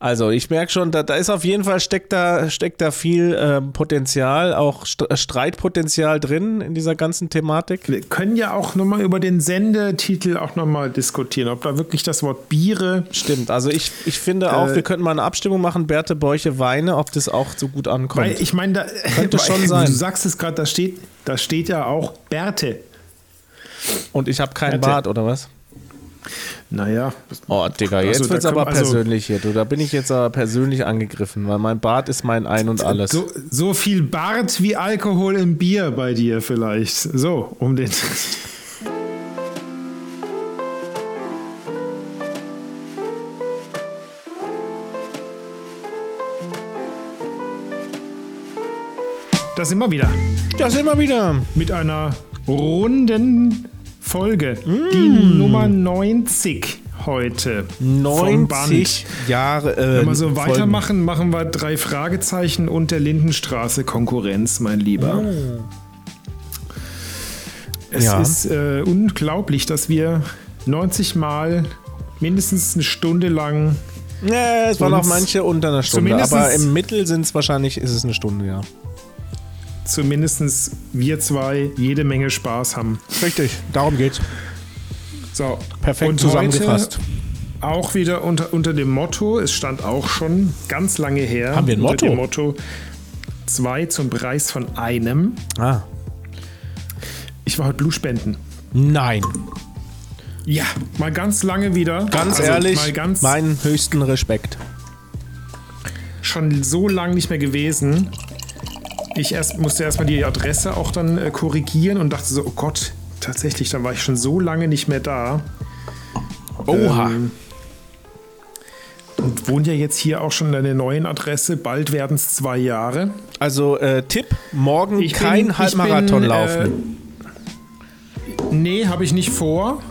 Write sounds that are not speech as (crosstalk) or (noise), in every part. Also ich merke schon, da, da ist auf jeden Fall, steckt da, steckt da viel ähm, Potenzial, auch St äh, Streitpotenzial drin in dieser ganzen Thematik. Wir können ja auch nochmal über den Sendetitel auch nochmal diskutieren, ob da wirklich das Wort Biere. Stimmt, also ich, ich finde auch, Äh, wir könnten mal eine Abstimmung machen, Berthe Bäuche Weine, ob das auch so gut ankommt. Weil ich meine, da Könnte schon sein. du sagst es gerade, da steht, da steht ja auch Bärte. Und ich habe keinen Berthe. Bart, oder was? Naja, Oh, Digga, jetzt Also, da wird's können aber wir- also- persönlich hier, du. Da bin ich jetzt aber persönlich angegriffen, weil mein Bart ist mein Ein und Alles. so, so viel Bart wie Alkohol im Bier bei dir vielleicht. So, um den. (laughs) Da sind wir wieder. Da sind wir wieder. mit einer runden Folge. Die Mm. Nummer 90 heute. vom Band. 90 Jahre. Äh, Wenn wir so Folgen. weitermachen, machen wir drei Fragezeichen und der Lindenstraße Konkurrenz, mein Lieber. Es Oh. Ja. ist äh, unglaublich, dass wir 90 Mal mindestens eine Stunde lang Ja, es waren auch Uns- manche unter einer Stunde, zumindest- aber im Mittel sind es wahrscheinlich, ist es eine Stunde, ja. zumindest wir zwei jede Menge Spaß haben. Richtig, darum geht's. So, Perfekt und zusammengefasst. Heute auch wieder unter, unter dem Motto, es stand auch schon ganz lange her. Haben wir ein Unter dem Motto? Motto zwei zum Preis von einem. Ah, Ich war heute Blutspenden. nein. Ja, mal ganz lange wieder. Ganz Also ehrlich, mal ganz meinen höchsten Respekt. schon so lange nicht mehr gewesen. Ich erst, musste erstmal die Adresse auch dann äh, korrigieren und dachte so, oh Gott, tatsächlich, dann war ich schon so lange nicht mehr da. Oha. Ähm, und wohnt ja jetzt hier auch schon an der neuen Adresse. Bald werden es zwei Jahre. Also äh, Tipp, morgen Ich bin- kein ich Halbmarathon bin, äh, laufen. Nee, habe ich nicht vor.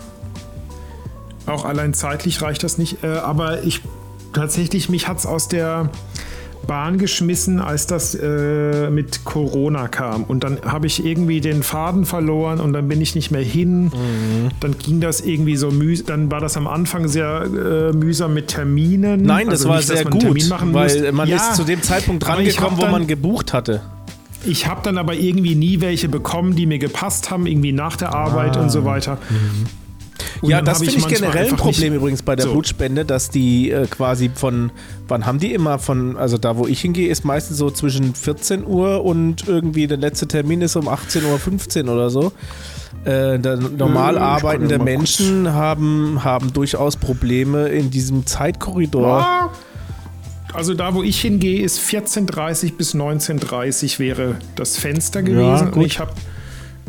Auch allein zeitlich reicht das nicht. Äh, aber ich tatsächlich, mich hat es aus der Bahn geschmissen, als das äh, mit Corona kam. Und dann habe ich irgendwie den Faden verloren und dann bin ich nicht mehr hin. Mhm. Dann ging das irgendwie so mühsam. Dann war das am Anfang sehr äh, mühsam mit Terminen. Nein, das Also war nicht, dass sehr man einen gut, Termin machen weil muss. man Ja, ist zu dem Zeitpunkt aber ich rangekommen, hab wo dann- man gebucht hatte. ich habe dann aber irgendwie nie welche bekommen, die mir gepasst haben, irgendwie nach der Arbeit und so weiter. Und Ah. Mhm. ja, dann das hab finde ich manchmal generell ein einfach Problem nicht- übrigens bei der So. Blutspende, dass die äh, quasi von, wann haben die immer von, also da wo ich hingehe, ist meistens so zwischen 14 Uhr und irgendwie der letzte Termin ist um 18.15 Uhr oder so. Äh, da, normal Äh, ich arbeitende kann ja mal Menschen haben, haben durchaus Probleme in diesem Zeitkorridor. Ah, Also da, wo ich hingehe, ist 14.30 bis 19.30 wäre das Fenster gewesen. gut. und ich habe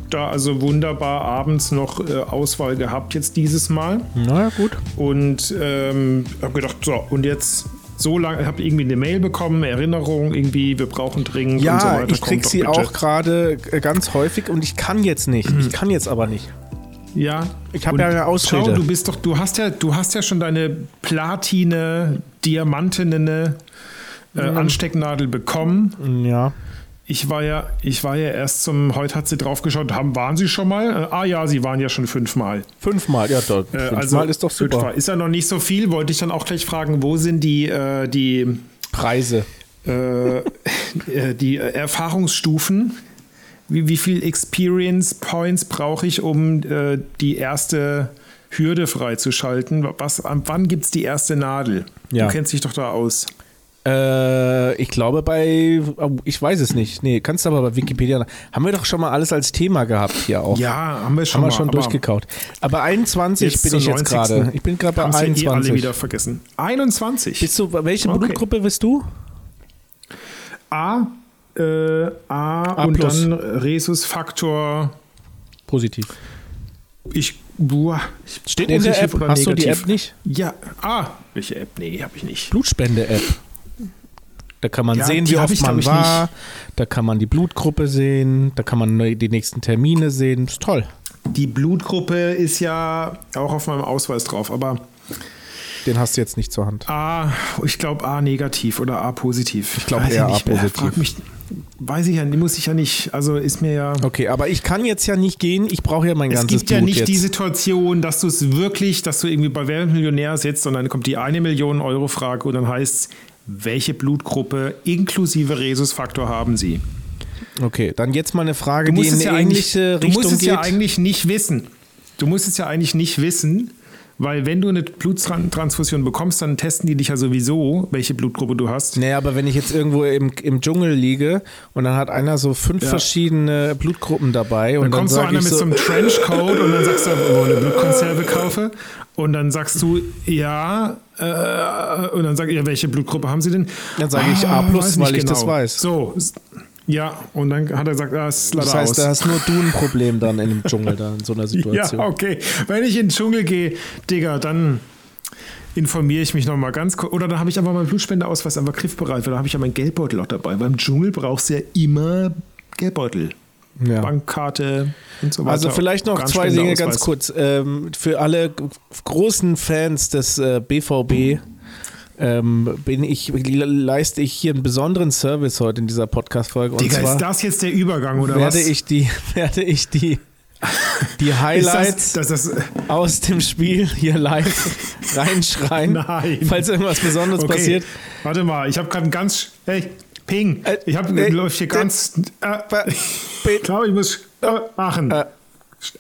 da also wunderbar abends noch äh, Auswahl gehabt jetzt dieses Mal. Naja, gut. und ähm, habe gedacht, so, und jetzt so lange, habe irgendwie eine Mail bekommen, Erinnerung, irgendwie, wir brauchen dringend und so Ja, weiter. ich kommt krieg doch sie bitte. auch gerade äh, ganz häufig und ich kann jetzt nicht. Ich kann jetzt aber nicht. Ja. Ich hab Mhm. Und ja eine Ausrede. Schau, du bist doch, du hast ja, du hast ja schon deine platine, diamantene äh, Anstecknadel bekommen. Ja. Ich war ja, ich war ja erst zum, heute hat sie draufgeschaut, haben, waren sie schon mal? Äh, ah ja, sie waren ja schon fünfmal. Fünfmal, ja, doch. Äh, fünfmal also ist doch super. fünfmal. Ist ja noch nicht so viel, wollte ich dann auch gleich fragen, wo sind die, äh, die Preise. äh, (laughs) äh, die äh, Erfahrungsstufen. Wie, wie viel Experience Points brauche ich, um äh, die erste Hürde freizuschalten? Was, ab wann gibt es die erste Nadel? Ja. Du kennst dich doch da aus. Äh, ich glaube bei, oh, ich weiß es nicht. Nee, kannst du aber bei Wikipedia. nach- Haben wir doch schon mal alles als Thema gehabt hier auch. Ja, haben wir schon Haben wir mal. schon aber durchgekaut. Aber 21 jetzt bin zur ich jetzt 90. gerade. Ich bin gerade bei haben's ja eh 21. alle wieder vergessen. 21. bist du, welche Okay. Blutgruppe bist du? A, äh, A, und plus. dann Rhesusfaktor. Positiv. Ich, boah, ich Steht in der positiv App. oder Hast du die negativ? App nicht? Ja. Ah, welche App? Nee, habe ich nicht. Blutspende-App. Da kann man Ja, sehen, die wie hab oft ich, glaub man ich, war. Da kann man die Blutgruppe sehen. Da kann man neu- die nächsten Termine sehen. Ist toll. Die Blutgruppe ist ja auch auf meinem Ausweis drauf, aber Den hast du jetzt nicht zur Hand. A, ich glaube A negativ oder A positiv. Ich glaub Weiß eher A nicht mehr. positiv. Frag mich, weiß ich ja, die muss ich ja nicht, also ist mir ja. Okay, aber ich kann jetzt ja nicht gehen, ich brauche ja mein Es ganzes gibt ja Blut nicht jetzt. die Situation, dass du es wirklich, dass du irgendwie bei Wer wird Millionär sitzt und dann kommt die eine Million Euro Frage und dann heißt es, welche Blutgruppe inklusive Rhesusfaktor haben sie? okay, dann jetzt mal eine Frage, Du die musst, in es eine ja, eigentlich, ähnliche du äh, Richtung musst es geht. ja eigentlich nicht wissen. Du musst es ja eigentlich nicht wissen, weil wenn du eine Bluttransfusion bekommst, dann testen die dich ja sowieso, welche Blutgruppe du hast. naja, aber wenn ich jetzt irgendwo im, im Dschungel liege und dann hat einer so fünf verschiedene Blutgruppen dabei und Dann dann kommt so sage einer ich mit so, so, einem Trenchcoat und dann sagst du, oh, eine Blutkonserve kaufe. Und dann sagst du, ja. Äh, und dann sagt ihr, welche Blutgruppe haben sie denn? Ah, Dann sage ich A+, weiß nicht genau. weil ich das weiß. So, s- ja. Und dann hat er gesagt, ah, ist leider das heißt, da aus. hast nur du ein Problem dann in dem Dschungel, da in so einer (laughs) Ja, Situation. okay. Wenn ich in den Dschungel gehe, Digga, dann informiere ich mich nochmal ganz kurz. Oder dann habe ich einfach meinen Blutspendeausweis einfach griffbereit, weil da habe ich ja meinen Geldbeutel auch dabei. Beim Dschungel brauchst du ja immer Geldbeutel. Ja. Bankkarte und so weiter. Also vielleicht noch zwei Dinge ganz Organspendeausweis. kurz. Ähm, für alle g- großen Fans des äh, BVB ähm, bin ich, le- leiste ich hier einen besonderen Service heute in dieser Podcast-Folge. Und Digga, ist zwar das jetzt der Übergang oder was? werde ich die, (laughs) werde ich die, die Ist Highlights Das, das, das, aus dem Spiel hier (laughs) live reinschreien, Nein. falls irgendwas Besonderes okay. passiert. Warte mal, ich habe gerade einen ganz. sch- Hey, Ping. Äh, ich habe nee, läuft hier d- ganz. Äh, ich glaube, ich muss äh, machen. Äh,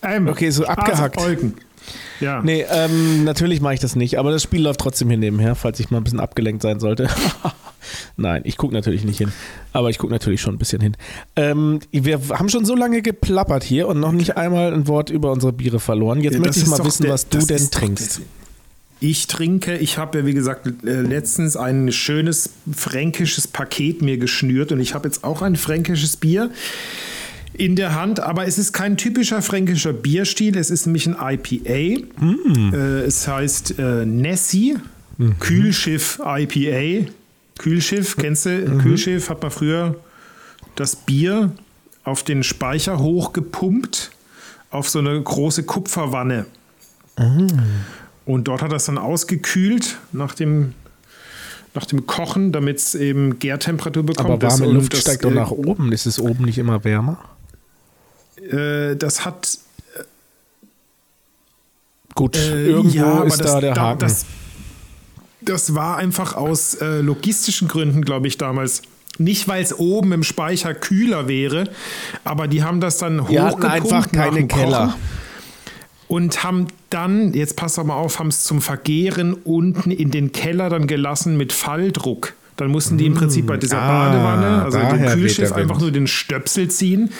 Ähm, okay, so abgehackt. Also, Eugen. Ja. Nee, ähm, natürlich mache ich das nicht, aber das Spiel läuft trotzdem hier nebenher, falls ich mal ein bisschen abgelenkt sein sollte. (laughs) Nein, ich gucke natürlich nicht hin, aber ich gucke natürlich schon ein bisschen hin. Ähm, wir haben schon so lange geplappert hier und noch nicht einmal ein Wort über unsere Biere verloren. Jetzt Ja, das möchte ich ist mal doch wissen, der- was du das denn ist doch trinkst. Ich trinke, ich habe ja wie gesagt äh, letztens ein schönes fränkisches Paket mir geschnürt und ich habe jetzt auch ein fränkisches Bier in der Hand, aber es ist kein typischer fränkischer Bierstil, es ist nämlich ein IPA. Mm. Äh, es heißt äh, Nessie, Mhm. Kühlschiff IPA. Kühlschiff, kennst du? Mhm. Kühlschiff hat man früher das Bier auf den Speicher hochgepumpt, auf so eine große Kupferwanne. Mhm. Und dort hat er es dann ausgekühlt nach dem, nach dem Kochen, damit es eben Gärtemperatur bekommt. Aber warme Das- und Luft das, steigt doch äh, nach oben. Ist es oben nicht immer wärmer? Äh, das hat. Gut, Äh, irgendwo ja, aber ist das, da der Haken. Das, das war einfach aus äh, logistischen Gründen, glaube ich, damals. Nicht, weil es oben im Speicher kühler wäre, aber die haben das dann hochgepumpt. Wir hatten einfach nach keine dem Kochen. Keller. Und haben dann, jetzt pass doch mal auf, haben es zum Vergehren unten in den Keller dann gelassen mit Falldruck. Dann mussten die im Prinzip bei dieser ah, Badewanne, also dem daher weht Kühlschiff, der einfach Wind. nur den Stöpsel ziehen.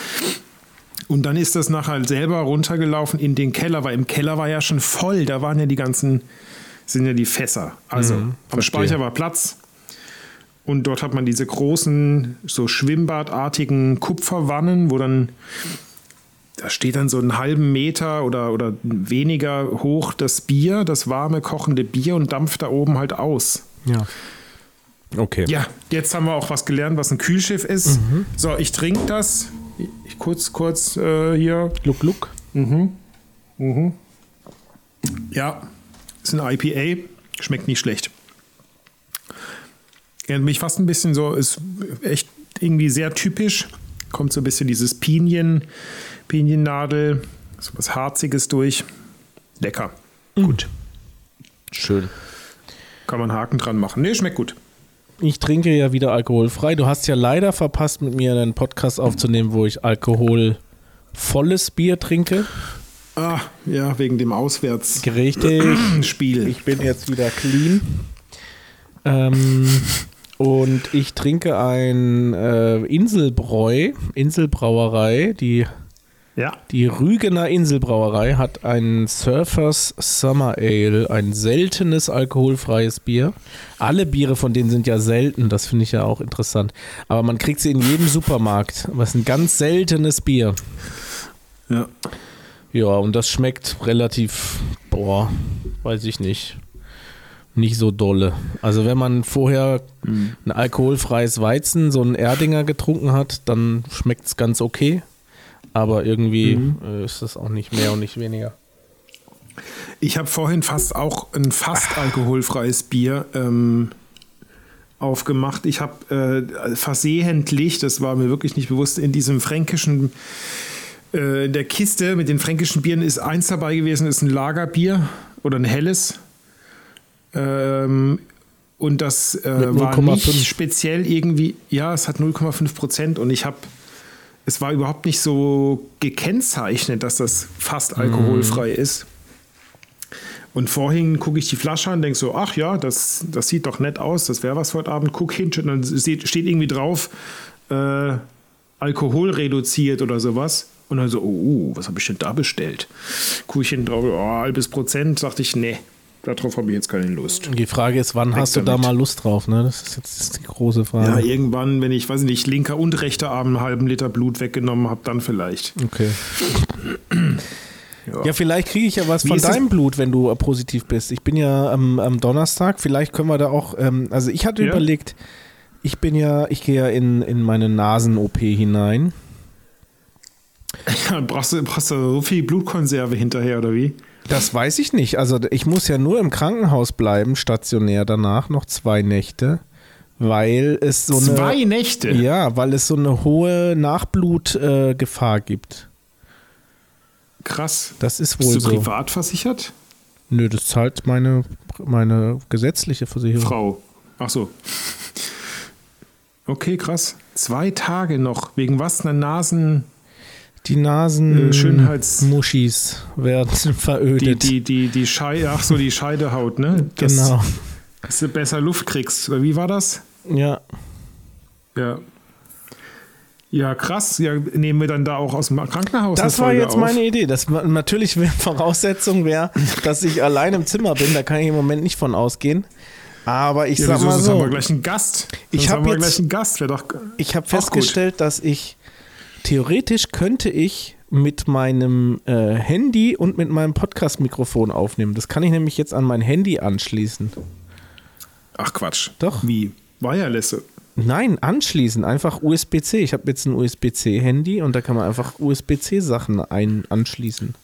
Und dann ist das nachher halt selber runtergelaufen in den Keller, weil im Keller war ja schon voll. Da waren ja die ganzen, sind ja die Fässer. Also am Mhm, verstehe. Speicher war Platz. Und dort hat man diese großen, so schwimmbadartigen Kupferwannen, wo dann da steht dann so einen halben Meter oder, oder weniger hoch das Bier, das warme, kochende Bier und dampft da oben halt aus. ja. Okay. Ja, jetzt haben wir auch was gelernt, was ein Kühlschiff ist. So, ich trinke das. Ich kurz, kurz äh, hier. Look, look. Ja, ist ein IPA. Schmeckt nicht schlecht. Erinnert mich fast ein bisschen so, ist echt irgendwie sehr typisch. Kommt so ein bisschen dieses Pinien, Piniennadel, so was Harziges durch. Lecker. Mhm. Gut. Schön. Kann man Haken dran machen. Nee, schmeckt gut. Ich trinke ja wieder alkoholfrei. Du hast ja leider verpasst, mit mir einen Podcast aufzunehmen, wo ich alkoholvolles Bier trinke. Ah, ja, wegen dem Auswärtsspiel. Richtig. Ich bin jetzt wieder clean. Ähm, und ich trinke ein äh, Inselbräu, Inselbrauerei. Die, Ja. die Rügener Inselbrauerei hat ein Surfers Summer Ale, ein seltenes alkoholfreies Bier. Alle Biere von denen sind ja selten, das finde ich ja auch interessant. Aber man kriegt sie in jedem Supermarkt. Aber es ist ein ganz seltenes Bier. ja. Ja, und das schmeckt relativ, boah, weiß ich nicht. Nicht so dolle. Also wenn man vorher ein alkoholfreies Weizen, so ein Erdinger getrunken hat, dann schmeckt es ganz okay. Aber irgendwie äh, ist das auch nicht mehr und nicht weniger. Ich habe vorhin fast auch ein fast alkoholfreies Bier ähm, aufgemacht. Ich habe äh, versehentlich, das war mir wirklich nicht bewusst, in diesem fränkischen, äh, in der Kiste mit den fränkischen Bieren ist eins dabei gewesen, ist ein Lagerbier oder ein helles. Ähm, und das äh, Mit war 0,5. nicht speziell irgendwie, ja, es hat 0,5 Prozent und ich habe, es war überhaupt nicht so gekennzeichnet, dass das fast alkoholfrei ist. Und vorhin gucke ich die Flasche an, denke so, ach ja, das, das sieht doch nett aus, das wäre was für heute Abend. Guck hin, und dann seht, steht irgendwie drauf, äh, Alkohol reduziert oder sowas. Und dann so, oh, uh, was habe ich denn da bestellt? Guck ich hin drauf, oh, halbes Prozent, sagte ich, nee, darauf habe ich jetzt keine Lust. Die Frage ist, wann hast du da damit. mal Lust drauf? Ne? Das ist jetzt die große Ja, Frage. irgendwann, wenn ich, weiß ich nicht, linker und rechter Arm einen halben Liter Blut weggenommen habe, dann vielleicht. (laughs) okay. Ja. Ja, vielleicht kriege ich ja was Wie von ist es- deinem Blut, wenn du äh, positiv bist. Ich bin ja am, am Donnerstag, vielleicht können wir da auch, ähm, also ich hatte Ja. überlegt, ich bin ja, ich gehe ja in, in meine Nasen-OP hinein. Dann brauchst du, brauchst du so viel Blutkonserve hinterher, oder wie? Das weiß ich nicht. Also ich muss ja nur im Krankenhaus bleiben, stationär danach noch zwei Nächte, weil es so Zwei eine Nächte. ja, weil es so eine hohe Nachblutgefahr äh, Gefahr gibt. Krass. Das ist Bist wohl du so. privat versichert? Nö, das zahlt meine meine gesetzliche Versicherung. Frau. Ach so. Okay, krass. Zwei Tage noch. Wegen was? Eine Nasen. Die Nasen Äh, Schönheits- Muschis werden (laughs) Die, verödet. die, die, die Scheide. Ach so, die Scheidehaut, ne? Das, genau. Dass du besser Luft kriegst. Oder Wie war das? Ja. Ja. Ja, krass. Ja, nehmen wir dann da auch aus dem Krankenhaus. Das eine war Folge jetzt auf. meine Idee. Das war- natürlich wär, (laughs) Voraussetzung wäre, dass ich allein im Zimmer bin. Da kann ich im Moment nicht von ausgehen. Aber ich Ja, sag wieso, mal sonst haben so, wir gleich einen Gast. Sonst Ich hab haben wir jetzt- gleich einen Gast. Wäre doch. ich habe Auch gut. festgestellt, dass ich theoretisch könnte ich mit meinem äh, Handy und mit meinem Podcast-Mikrofon aufnehmen. Das kann ich nämlich jetzt an mein Handy anschließen. Ach Quatsch. Doch. Wie? Wireless. Nein, anschließen, einfach USB-C. Ich habe jetzt ein USB-C-Handy und da kann man einfach USB-C-Sachen ein anschließen.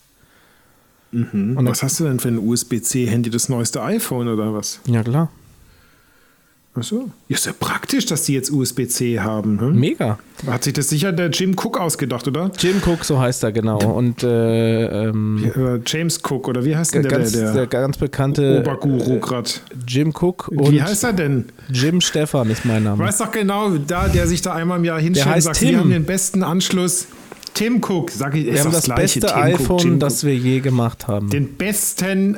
Und was hast du denn für ein USB-C-Handy? Das neueste iPhone oder was? Ja, klar. Ach so. Ja, ist ja praktisch, dass die jetzt USB-C haben. Hm? Mega. Hat sich das sicher der Jim Cook ausgedacht, oder? Jim Cook, so heißt er genau. Und äh, ähm, Oder James Cook, oder wie heißt denn der, ganz, der, der der, ganz bekannte Oberguru grad? Jim Cook und Wie heißt er denn? Jim Stefan ist mein Name. Weiß doch genau, da, der sich da einmal im Jahr hinstellt und heißt sagt, Tim. wir haben den besten Anschluss. Tim Cook, sag ich, ist Wir haben doch das beste Gleiche. Tim Cook, iPhone, Jim das wir je gemacht haben. den besten,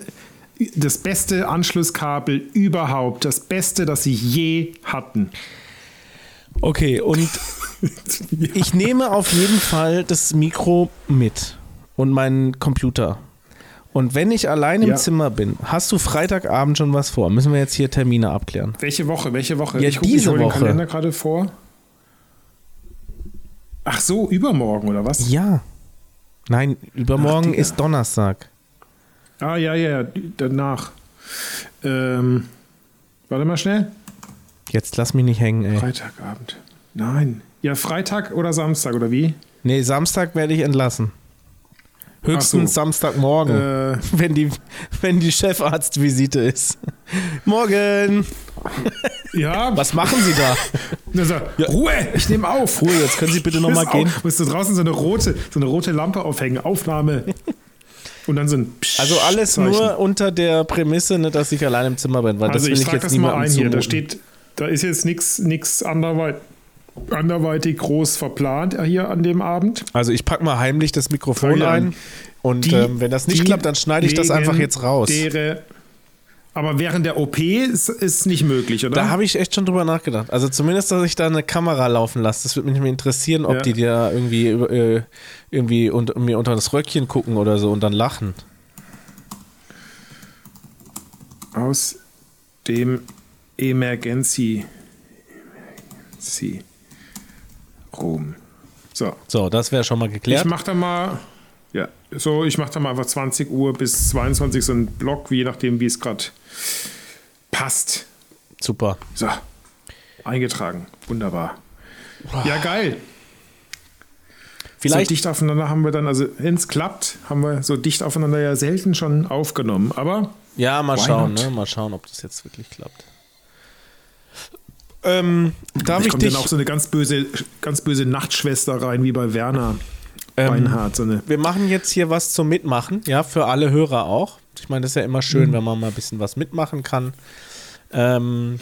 das beste Anschlusskabel überhaupt, das beste, das sie je hatten. Okay, (laughs) und ich nehme auf jeden Fall das Mikro mit und meinen Computer. Und wenn ich allein im Ja. Zimmer bin, hast du Freitagabend schon was vor? Müssen wir jetzt hier Termine abklären? Welche Woche? Welche Woche? Ja, ich gucke diese hol den Woche. Kalender gerade vor. Ach so, übermorgen oder was? Ja. Nein, übermorgen Digga. ist Donnerstag. Ah, ja, ja, ja, danach. Ähm, warte mal schnell. Jetzt lass mich nicht hängen, ey. Freitagabend. Nein. Ja, Freitag oder Samstag oder wie? Nee, Samstag werde ich entlassen. Höchstens Ach Samstagmorgen, Äh, wenn, die, wenn die Chefarztvisite ist. Morgen! ja, Was machen Sie (laughs) da? Also, Ruhe, ich nehme auf. Ruhe, jetzt können Sie bitte noch mal gehen. Musst du draußen so eine rote, so eine rote Lampe aufhängen, (laughs) Aufnahme. Und dann so ein Psch- Also alles Zeichen. nur unter der Prämisse, ne, dass ich allein im Zimmer bin, weil das Also will ich ich, trage jetzt das mal niemandem ein hier. Da zumuten. steht, da ist jetzt nichts nix anderweitig, anderweitig groß verplant äh, hier an dem Abend. also ich pack mal heimlich das Mikrofon Fang an. ein und Die- ähm, wenn das nicht die klappt, dann schneide ich das einfach jetzt raus. legendäre- aber während der OP ist, ist nicht möglich, oder? Da habe ich echt schon drüber nachgedacht. Also zumindest, dass ich da eine Kamera laufen lasse. Das würde mich mal interessieren, ob Ja. die da irgendwie, über- äh, irgendwie und, mir unter das Röckchen gucken oder so und dann lachen. aus dem Emergency, Emergency Room. So, So, das wäre schon mal ich geklärt. mach da mal, ja, so, ich mach da mal einfach 20 Uhr bis 22 so einen Block, je nachdem, wie es gerade passt. Super. So, eingetragen, wunderbar. Ja, geil. Vielleicht, So dicht aufeinander haben wir dann, also wenn es klappt, haben wir so dicht aufeinander ja selten schon aufgenommen. Aber ja, mal Why schauen, not? ne? mal schauen, ob das jetzt wirklich klappt. Ähm, darf Da ich kommt dich. dann auch so eine ganz böse, ganz böse Nachtschwester rein, wie bei Werner Ähm, Beinhardt. So eine, wir machen jetzt hier was zum Mitmachen, ja, für alle Hörer auch. Ich meine, das ist ja immer Mhm. schön, wenn man mal ein bisschen was mitmachen kann. Ähm,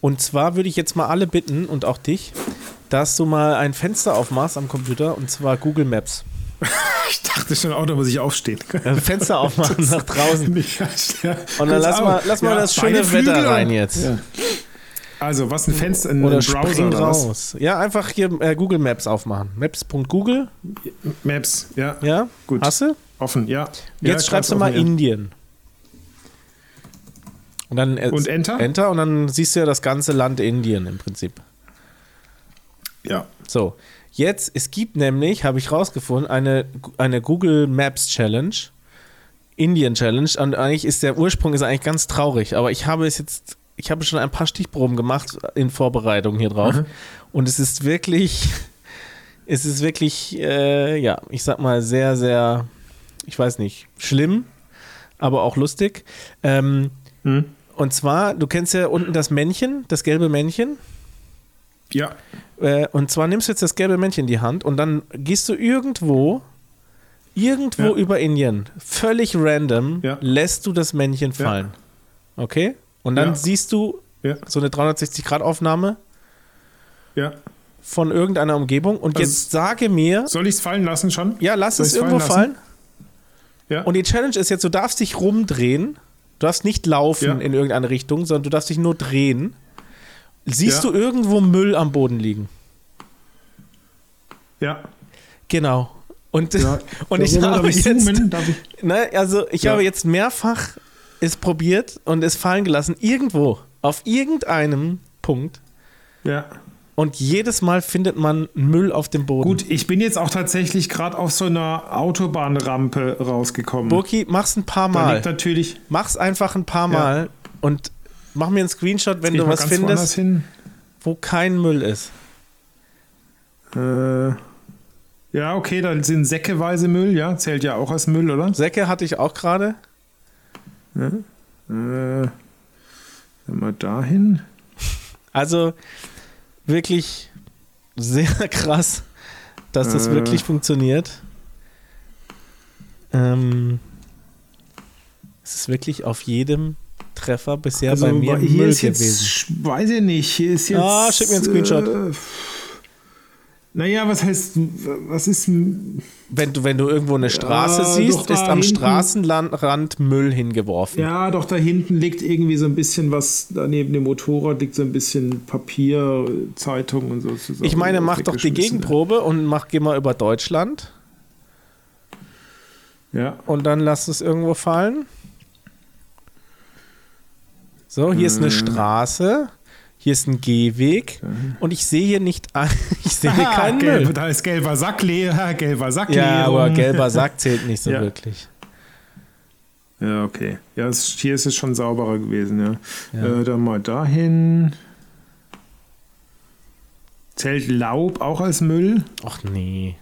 und zwar würde ich jetzt mal alle bitten und auch dich, dass du mal ein Fenster aufmachst am Computer und zwar Google Maps. ich dachte schon auch, da muss ich aufstehen. (laughs) Äh, Fenster aufmachen nach draußen. Nicht ganz schnell. Und dann Kurz lass auf. mal, lass mal Ja, das beide schöne Flügel Wetter und- rein jetzt. Ja. Also, was ein Fenster, ein Oder Browser spring oder was? raus. Ja, einfach hier äh, Google Maps aufmachen. Maps.google, Maps, ja, ja? Gut. Hast du? offen, ja. Ja, Jetzt schreibst du ganz mal offen, ja. Indien. Und dann äh, Und Enter? Enter und dann siehst du ja das ganze Land Indien im Prinzip. Ja, So, jetzt, es gibt nämlich, habe ich rausgefunden, eine, eine Google Maps Challenge. Indien Challenge. Und eigentlich ist der Ursprung ist eigentlich ganz traurig, aber ich habe es jetzt, ich habe schon ein paar Stichproben gemacht in Vorbereitung hier drauf. Und es ist wirklich, (laughs) es ist wirklich, äh, ja, ich sag mal, sehr, sehr, ich weiß nicht, schlimm, aber auch lustig. Ähm, Hm. Und zwar, du kennst ja unten das Männchen, das gelbe Männchen. ja. Äh, und zwar nimmst du jetzt das gelbe Männchen in die Hand und dann gehst du irgendwo, irgendwo Ja. über Indien, völlig random, Ja. lässt du das Männchen Ja. fallen. Okay? Und dann Ja. siehst du Ja. so eine 360-Grad-Aufnahme ja. von irgendeiner Umgebung und Also- jetzt sage mir, Soll ich es fallen lassen schon? ja, lass Soll es ich's fallen irgendwo lassen? fallen. Ja. Und die Challenge ist jetzt, du darfst dich rumdrehen, du darfst nicht laufen Ja. in irgendeine Richtung, sondern du darfst dich nur drehen. Siehst Ja. du irgendwo Müll am Boden liegen? ja. Genau. Und, ja. (laughs) und ich Darf habe jetzt zoomen? Darf ich? Ne, also ich Ja. habe jetzt mehrfach es probiert und es fallen gelassen. Irgendwo, auf irgendeinem Punkt. Ja. Und jedes Mal findet man Müll auf dem Boden. Gut, ich bin jetzt auch tatsächlich gerade auf so einer Autobahnrampe rausgekommen. Burki, mach's ein paar da liegt Mal. natürlich. Mach's einfach ein paar Mal und mach mir einen Screenshot, wenn Geh ich du mal was ganz woanders findest, hin. wo kein Müll ist. Äh, ja, okay, da sind säckeweise Müll, ja. Zählt ja auch als Müll, oder? Säcke hatte ich auch gerade. Äh, wenn wir dahin. Also wirklich sehr (laughs) krass, dass das Äh. wirklich funktioniert. Ähm, es ist wirklich auf jedem Treffer bisher bei mir Also, hier Müll ist jetzt, gewesen. sch- weiß ich nicht, hier ist jetzt. Ah, schick mir einen Screenshot. Äh, naja, was heißt, was ist. Wenn du, wenn du irgendwo eine Straße doch siehst, da ist am hinten. Straßenrand Müll hingeworfen. Ja, doch da hinten liegt irgendwie so ein bisschen was, da neben dem Motorrad liegt so ein bisschen Papier, Zeitung und so zusammen. Ich meine, mach doch die Weggeschmissen. Gegenprobe und mach, geh mal über Deutschland Ja, und dann lass es irgendwo fallen. So, hier ist eine Straße, hier ist ein Gehweg und ich sehe hier nicht, ein- (laughs) ich sehe hier Ah, keinen gelb, Müll. Da ist gelber Sack leer, (laughs) gelber Sack Ja, aber Leerung. gelber Sack zählt nicht so Ja. wirklich. (laughs) Ja, okay. Ja, es, hier ist es schon sauberer gewesen, ja. Ja. Äh, dann mal dahin. Zählt Laub auch als Müll? Ach nee.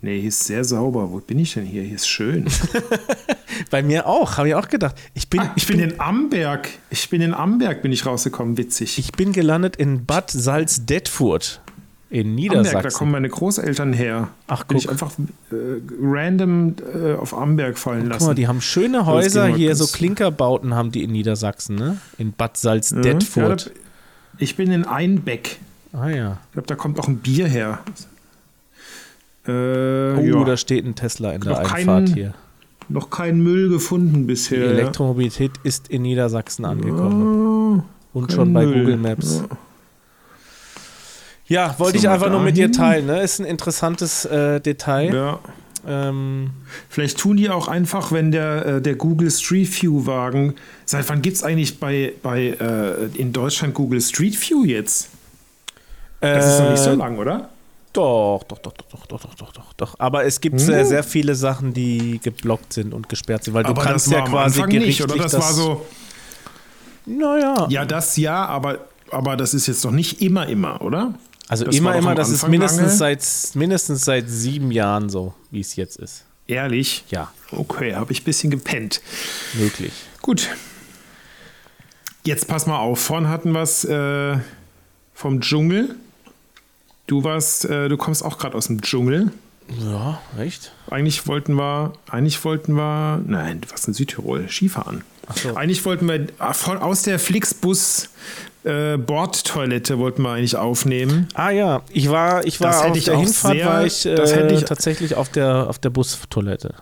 Nee, hier ist sehr sauber. Wo bin ich denn hier? Hier ist (laughs) schön. Bei mir auch, habe ich auch gedacht. Ich bin, Ah, ich bin in Amberg. Ich bin in Amberg, bin ich rausgekommen. Witzig. ich bin gelandet in Bad Salzdetfurt in Amberg, da kommen Niedersachsen. meine Großeltern her. Ach Bin guck, ich einfach äh, random äh, auf Amberg fallen guck mal, lassen. Hm? die haben schöne Das ging Häuser mal hier, ganz- so Klinkerbauten haben die in Niedersachsen, ne? In Bad Ja, ja, Salzdetfurt. da- ich bin in Einbeck. ah ja. Ich glaube, da kommt auch ein Bier her. Oh, Äh, ja. da steht ein Tesla in der Noch keinen- Einfahrt hier. Noch keinen Müll gefunden Die bisher. Elektromobilität ist in Niedersachsen angekommen. ja. und kein schon bei Müll. Google Maps. Ja. Ja, wollte So, ich mal einfach nur mit dir teilen. dahin. Ne? Ist ein interessantes äh, Detail. Ja. Ähm, Vielleicht tun die auch einfach, wenn der, äh, der Google Street View Wagen. Seit wann gibt es eigentlich bei, bei äh, in Deutschland Google Street View jetzt? Das ist noch nicht so äh, lang, oder? Doch, doch, doch, doch, doch, doch, doch, doch, doch, doch. Aber es gibt Hm. sehr, sehr viele Sachen, die geblockt sind und gesperrt sind, weil du kannst ja am quasi Anfang gerichtlich nicht, oder? Das, war so. Naja, Ja, das ja, aber, aber das ist jetzt noch nicht immer, immer, oder? also das immer, war doch immer, am das ist Anfang mindestens lange. seit, mindestens seit sieben Jahren so, wie es jetzt ist. Ehrlich? Ja, Okay, habe ich ein bisschen gepennt. möglich. Gut. Jetzt pass mal auf, vorhin hatten wir es äh, vom Dschungel. Du warst, äh, du kommst auch gerade aus dem Dschungel. Ja, echt? Eigentlich wollten wir, eigentlich wollten wir, nein, du warst in Südtirol, Skifahren. so. Eigentlich wollten wir ah, von, aus der Flixbus äh, Bordtoilette wollten wir eigentlich aufnehmen. Ah ja, ich war, ich war Das hätte auf ich der auch Hinfahrt sehr- war ich, äh, das hätte ich- tatsächlich auf der auf der Bustoilette.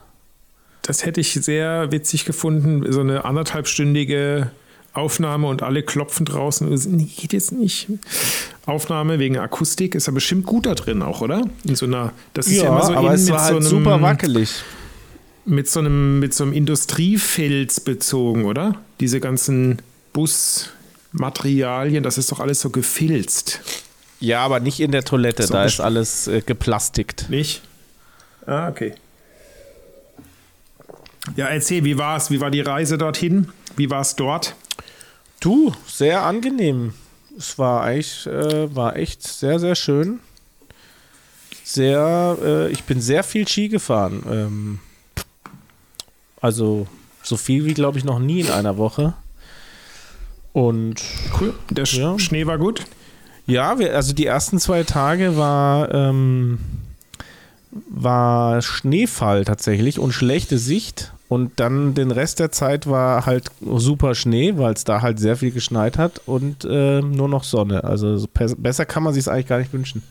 Das hätte ich sehr witzig gefunden, so eine anderthalbstündige Aufnahahme und alle klopfen draußen. und sagen, Nee, geht jetzt nicht. Aufnahme wegen Akustik ist ja bestimmt gut da drin auch, oder? In so einer, das ist ja, immer so aber innen es war halt super wackelig. mit so einem mit so einem Industriefilz bezogen, oder? Diese ganzen Busmaterialien, das ist doch alles so gefilzt, Ja, aber nicht in der Toilette, So da best- ist alles äh, geplastikt. nicht? Ah, okay. Ja, erzähl, wie war's? Wie war die Reise dorthin? Wie war's dort? Du, sehr angenehm. Es war echt, äh, war echt sehr, sehr schön. Sehr, äh, ich bin sehr viel Ski gefahren. Ähm, also so viel wie, glaube ich, noch nie in einer Woche. Und Cool. Der Sch Ja. Schnee war gut. Ja, wir, also die ersten zwei Tage war, ähm, war Schneefall tatsächlich und schlechte Sicht. Und dann den Rest der Zeit war halt super Schnee, weil es da halt sehr viel geschneit hat und ähm, nur noch Sonne. Also so pe- besser kann man sich es eigentlich gar nicht wünschen.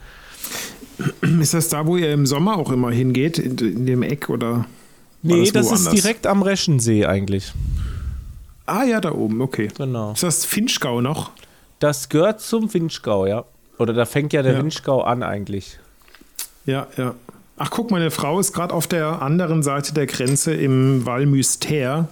Ist das da, wo ihr im Sommer auch immer hingeht? In, in dem Eck oder? war Nee, das, ist woanders? direkt am Reschensee eigentlich. Ah ja, da oben, okay. Genau. Ist das Finchgau noch? Das gehört zum Winschgau, ja. Oder da fängt ja der Ja. Winschgau an eigentlich. Ja, ja. Ach, guck, meine Frau ist gerade auf der anderen Seite der Grenze im Val Müster.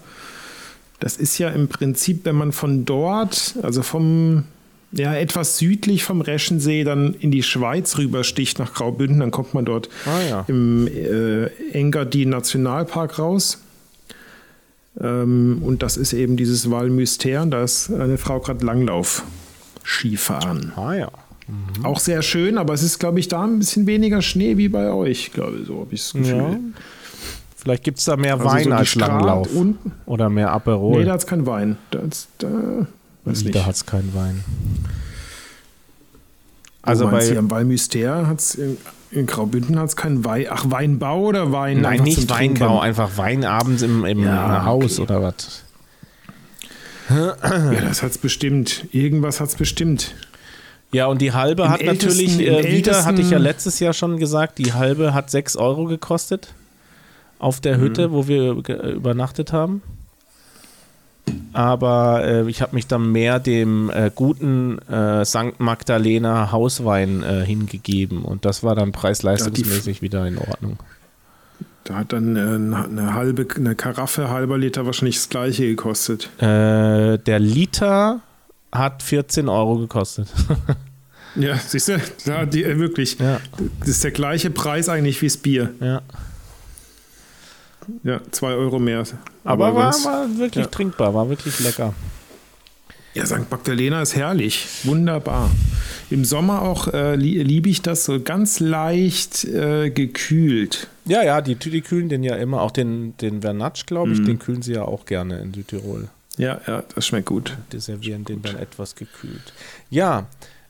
Das ist ja im Prinzip, wenn man von dort, also vom, ja, etwas südlich vom Reschensee, dann in die Schweiz rübersticht nach Graubünden, dann kommt man dort Ah ja. im äh, Engadin Nationalpark raus. Ähm, und das ist eben dieses Val Müster, da ist eine Frau gerade Langlauf Skifahren. Ah ja. Auch sehr schön, aber es ist, glaube ich, da ein bisschen weniger Schnee wie bei euch, glaube ich, so habe ich das Gefühl. Ja. Vielleicht gibt es da mehr Also Wein so die als Strat Langlauf. Und, Oder mehr Aperol. nee, da hat es keinen Wein. Da, hat's- da, weiß Wie, nicht. Mhm. Hm, Da hat es keinen Wein. also Also bei, hier bei. am Val Müster hat es in, in Graubünden hat's keinen Wein. Ach, Weinbau oder Wein? Einfach zum Trinken? einfach Wein abends im, im äh, Ja, Haus okay. oder was. Ja, das hat es bestimmt. Irgendwas hat es bestimmt. Ja, und die halbe Im hat natürlich ältesten- im äh, wieder, ältesten- hatte ich ja letztes Jahr schon gesagt, die halbe hat 6 Euro gekostet. Auf der Hütte, wo wir ge- übernachtet haben. Aber äh, ich habe mich dann mehr dem äh, guten äh, St. Magdalena Hauswein äh, hingegeben. Und das war dann preis-leistungsmäßig wieder in Ordnung. Da hat dann äh, eine eine halbe, eine Karaffe, halber Liter wahrscheinlich das gleiche gekostet. Äh, der Liter hat 14 Euro gekostet. Ja, (laughs) siehst du, ja, die, äh, wirklich. Ja, Das ist der gleiche Preis eigentlich wie das Bier. ja. Ja, zwei Euro mehr. Aber, war, wenn's- war wirklich ja. trinkbar, war wirklich lecker. Ja, St. Magdalena ist herrlich. Wunderbar. Im Sommer auch äh, li liebe ich das so ganz leicht äh, gekühlt. Ja, ja, die, die kühlen den ja immer, auch den, den Vernatsch, glaube ich, den kühlen sie ja auch gerne in Südtirol. Ja, ja, das schmeckt gut. Die servieren den dann etwas gekühlt. Ja,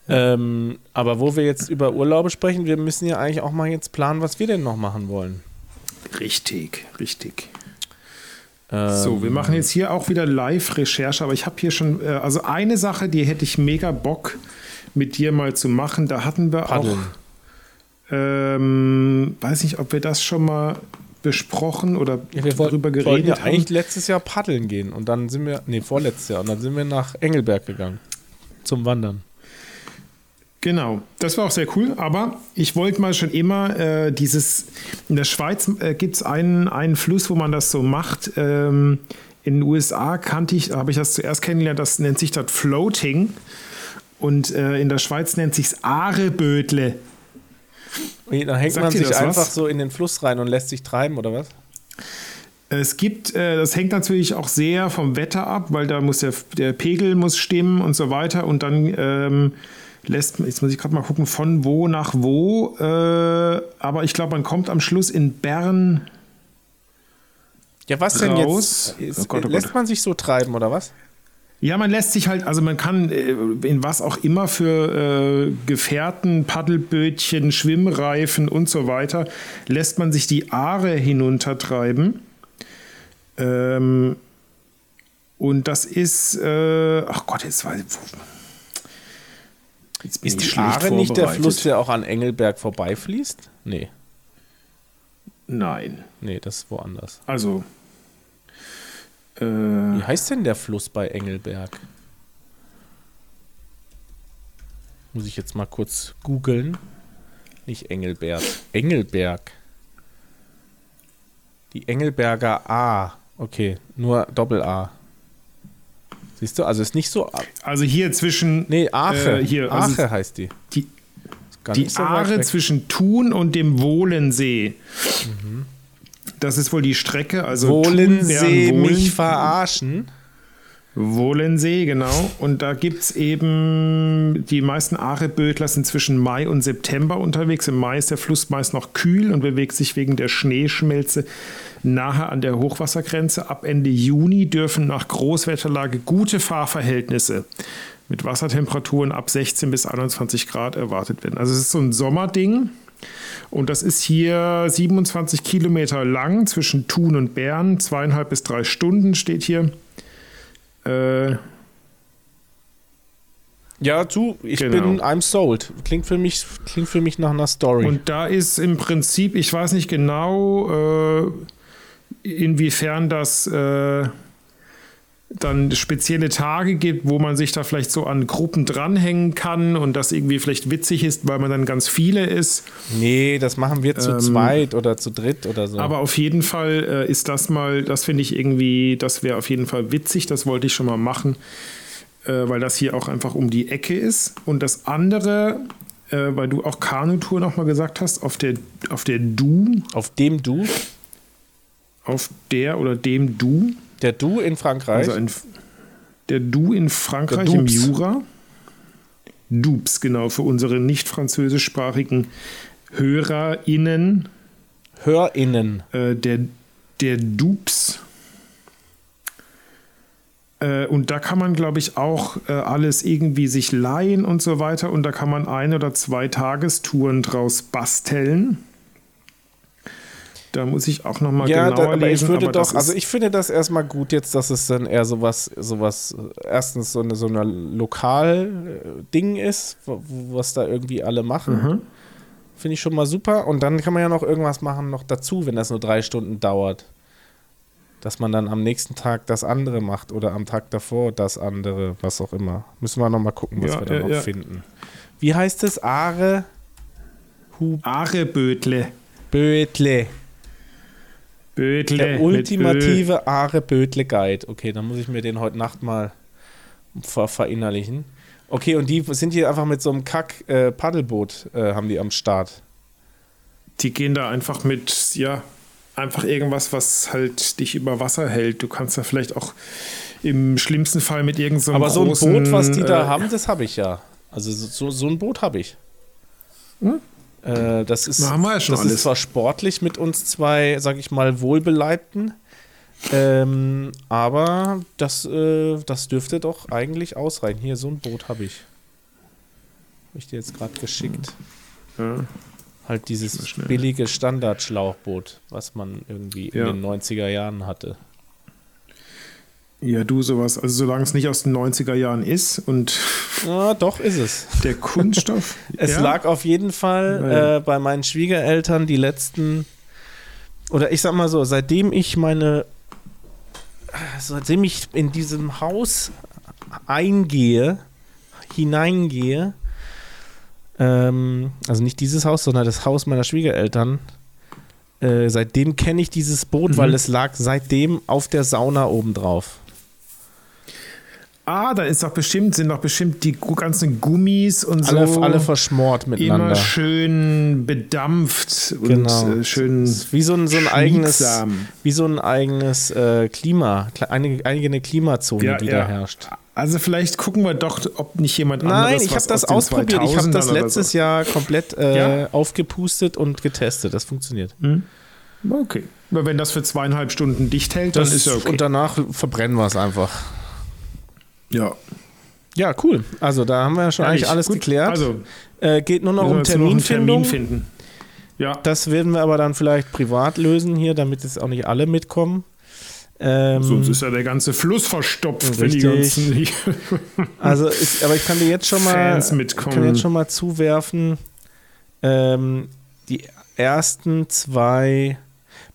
ähm, aber wo wir jetzt über Urlaube sprechen, wir müssen ja eigentlich auch mal jetzt planen, was wir denn noch machen wollen. Richtig, richtig. Ähm, So, wir machen jetzt hier auch wieder Live-Recherche, aber ich habe hier schon, äh, also eine Sache, die hätte ich mega Bock mit dir mal zu machen. Da hatten wir Paddeln. auch, ähm, weiß nicht, ob wir das schon mal besprochen oder Ja, wir wollten, darüber wollten ja geredet haben. eigentlich letztes Jahr paddeln gehen und dann sind wir, nee, vorletztes Jahr, und dann sind wir nach Engelberg gegangen zum Wandern. Genau, das war auch sehr cool, aber ich wollte mal schon immer äh, dieses, in der Schweiz äh, gibt es einen, einen Fluss, wo man das so macht. Ähm, in den USA kannte ich, habe ich das zuerst kennengelernt, das nennt sich dort Floating und äh, in der Schweiz nennt sich es Aarebödle. Und dann hängt Sagt man dir sich das was? einfach so in den Fluss rein und lässt sich treiben, oder was? Es gibt, äh, das hängt natürlich auch sehr vom Wetter ab, weil da muss der, der Pegel muss stimmen und so weiter. Und dann ähm, lässt, jetzt muss ich gerade mal gucken, von wo nach wo. Äh, aber ich glaube, man kommt am Schluss in Bern Ja, was denn Raus. jetzt? Ist, Oh Gott, oh lässt Gott. man sich so treiben, oder was? Ja, man lässt sich halt, also man kann äh, in was auch immer für äh, Gefährten, Paddelbötchen, Schwimmreifen und so weiter, lässt man sich die Aare hinuntertreiben. Ähm, und das ist, äh, ach Gott, jetzt weiß ich, jetzt ist die Aare nicht der Fluss, der auch an Engelberg vorbeifließt? Nee. Nein. Nee, das ist woanders. Also, äh, wie heißt denn der Fluss bei Engelberg? Muss ich jetzt mal kurz googeln. Nicht Engelberg. Engelberg. Die Engelberger A. Okay, nur Doppel A. Siehst du, also ist nicht so. Also hier zwischen. Nee, Ache. Äh, hier, Ache also heißt die. Die, Ganz die Aare zwischen Thun und dem Wohlensee. Das ist wohl die Strecke. Also Wohlen Thun, Sie Bern, Wohlen- mich verarschen. Wohlensee, genau. Und da gibt es eben, die meisten Arebödler sind zwischen Mai und September unterwegs. Im Mai ist der Fluss meist noch kühl und bewegt sich wegen der Schneeschmelze nahe an der Hochwassergrenze. Ab Ende Juni dürfen nach Großwetterlage gute Fahrverhältnisse mit Wassertemperaturen ab 16 bis 21 Grad erwartet werden. Also es ist so ein Sommerding. Und das ist hier 27 Kilometer lang zwischen Thun und Bern. Zweieinhalb bis drei Stunden steht hier. Äh, Ja, du, ich Genau. bin, I'm sold. Klingt für mich, klingt für mich nach einer Story. Und da ist im Prinzip, ich weiß nicht genau, äh, inwiefern das äh, dann spezielle Tage gibt, wo man sich da vielleicht so an Gruppen dranhängen kann und das irgendwie vielleicht witzig ist, weil man dann ganz viele ist. nee, das machen wir zu Ähm, zweit oder zu dritt oder so. Aber auf jeden Fall äh, ist das mal, das finde ich irgendwie, das wäre auf jeden Fall witzig, das wollte ich schon mal machen, äh, weil das hier auch einfach um die Ecke ist. Und das andere, äh, weil du auch Kanutour nochmal gesagt hast, auf der, auf der Du, Auf dem Du, auf der oder dem Du, der Du in Frankreich. also in, der Du in Frankreich Der im Dubs. Jura. Dubs, genau, für unsere nicht französischsprachigen HörerInnen. HörInnen. äh, der, der Dupes. Äh, Und da kann man, glaube ich, auch äh, alles irgendwie sich leihen und so weiter. Und da kann man ein oder zwei Tagestouren draus basteln. Da muss ich auch noch mal Ja, genauer da, aber lesen. ich würde aber das doch, also ist- ich finde das erstmal gut jetzt, dass es dann eher sowas, sowas, äh, erstens so eine, so eine Lokal-Ding ist, wo- wo- was da irgendwie alle machen. Finde ich schon mal super. Und dann kann man ja noch irgendwas machen noch dazu, wenn das nur drei Stunden dauert. Dass man dann am nächsten Tag das andere macht oder am Tag davor das andere, was auch immer. Müssen wir nochmal gucken, was Ja, wir da ja, noch ja. finden. Wie heißt es? Aare Arebötle. Bötle. Bötle. Der mit Ö. ultimative Aare Bötle Guide. Okay, dann muss ich mir den heute Nacht mal ver verinnerlichen. Okay, und die sind hier einfach mit so einem Kack äh, Paddelboot äh, haben die am Start. Die gehen da einfach mit, ja, einfach irgendwas, was halt dich über Wasser hält. Du kannst da vielleicht auch im schlimmsten Fall mit irgendeinem so einem Aber so ein großen, Boot, was die da äh, haben, das habe ich ja. Also so- so, so ein Boot habe ich. Äh, das ist, Hm? Na, haben wir ja schon das ist alles. zwar sportlich mit uns zwei, sag ich mal, Wohlbeleibten, ähm, aber das, äh, das dürfte doch eigentlich ausreichen. Hier, so ein Boot habe ich. Habe ich dir jetzt gerade geschickt. Ja. Halt Mal dieses schnell. billige Standardschlauchboot, was man irgendwie Ja. in den 90er Jahren hatte. Ja, du sowas. Also solange es nicht aus den 90er Jahren ist und Ah, doch ist es. der Kunststoff. (laughs) Es ja, lag auf jeden Fall Naja. äh, bei meinen Schwiegereltern die letzten, oder ich sag mal so, seitdem ich meine, seitdem ich in diesem Haus eingehe, hineingehe, ähm, also nicht dieses Haus, sondern das Haus meiner Schwiegereltern, äh, seitdem kenne ich dieses Boot, Mhm. weil es lag seitdem auf der Sauna obendrauf. Ah, da ist doch bestimmt, sind doch bestimmt die gu- ganzen Gummis und Alle, so alle verschmort miteinander. immer schön bedampft Genau. und äh, schön. Ist Wie so ein, so ein eigenes, schmiegsam. wie so ein eigenes äh, Klima, kle- eine eigene Klimazone, Ja, die ja. da herrscht. Also vielleicht gucken wir doch, ob nicht jemand anderes Nein, ich habe was das aus den ausprobiert. Ich habe 2000ern das oder letztes so. Jahr komplett äh, Ja? Mhm. aufgepustet und getestet. Das funktioniert. Okay. Aber wenn das für zweieinhalb Stunden dicht hält, dann ist ja okay. Und danach verbrennen wir es einfach. Ja. Ja, cool. Also da haben wir ja schon Ja, eigentlich ich- alles gut, geklärt. also, äh, geht nur noch müssen wir um jetzt nur noch einen Terminfindung. finden. Ja, Das werden wir aber dann vielleicht privat lösen hier, damit jetzt auch nicht alle mitkommen. Ähm, sonst ist ja der ganze Fluss verstopft, wenn die Richtig. ganzen (laughs) also ist, aber ich kann dir jetzt schon mal, Fans ich kann dir mitkommen. jetzt schon mal zuwerfen, ähm, die ersten zwei,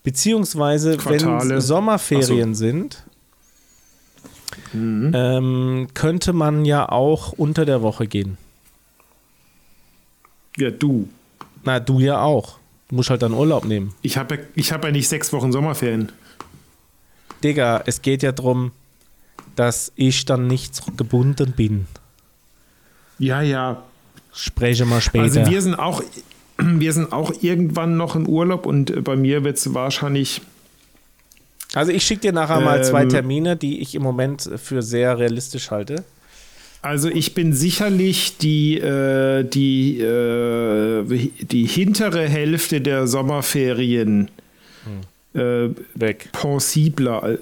beziehungsweise wenn Quartale. Sommerferien sind, Mhm. ähm, könnte man ja auch unter der Woche gehen. Ja, du. Na, du ja auch. Du musst halt dann Urlaub nehmen. Ich habe ja, ich hab ja nicht sechs Wochen Sommerferien. Digga, es geht ja darum, dass ich dann nicht gebunden bin. Ja, ja. Sprechen wir später. Also wir sind auch, wir sind auch irgendwann noch im Urlaub und äh, bei mir wird es wahrscheinlich Also ich schicke dir nachher mal zwei Ähm, Termine, die ich im Moment für sehr realistisch halte. Also ich bin sicherlich die, äh, die, äh, die hintere Hälfte der Sommerferien äh, Hm. Weg. pensibler. al-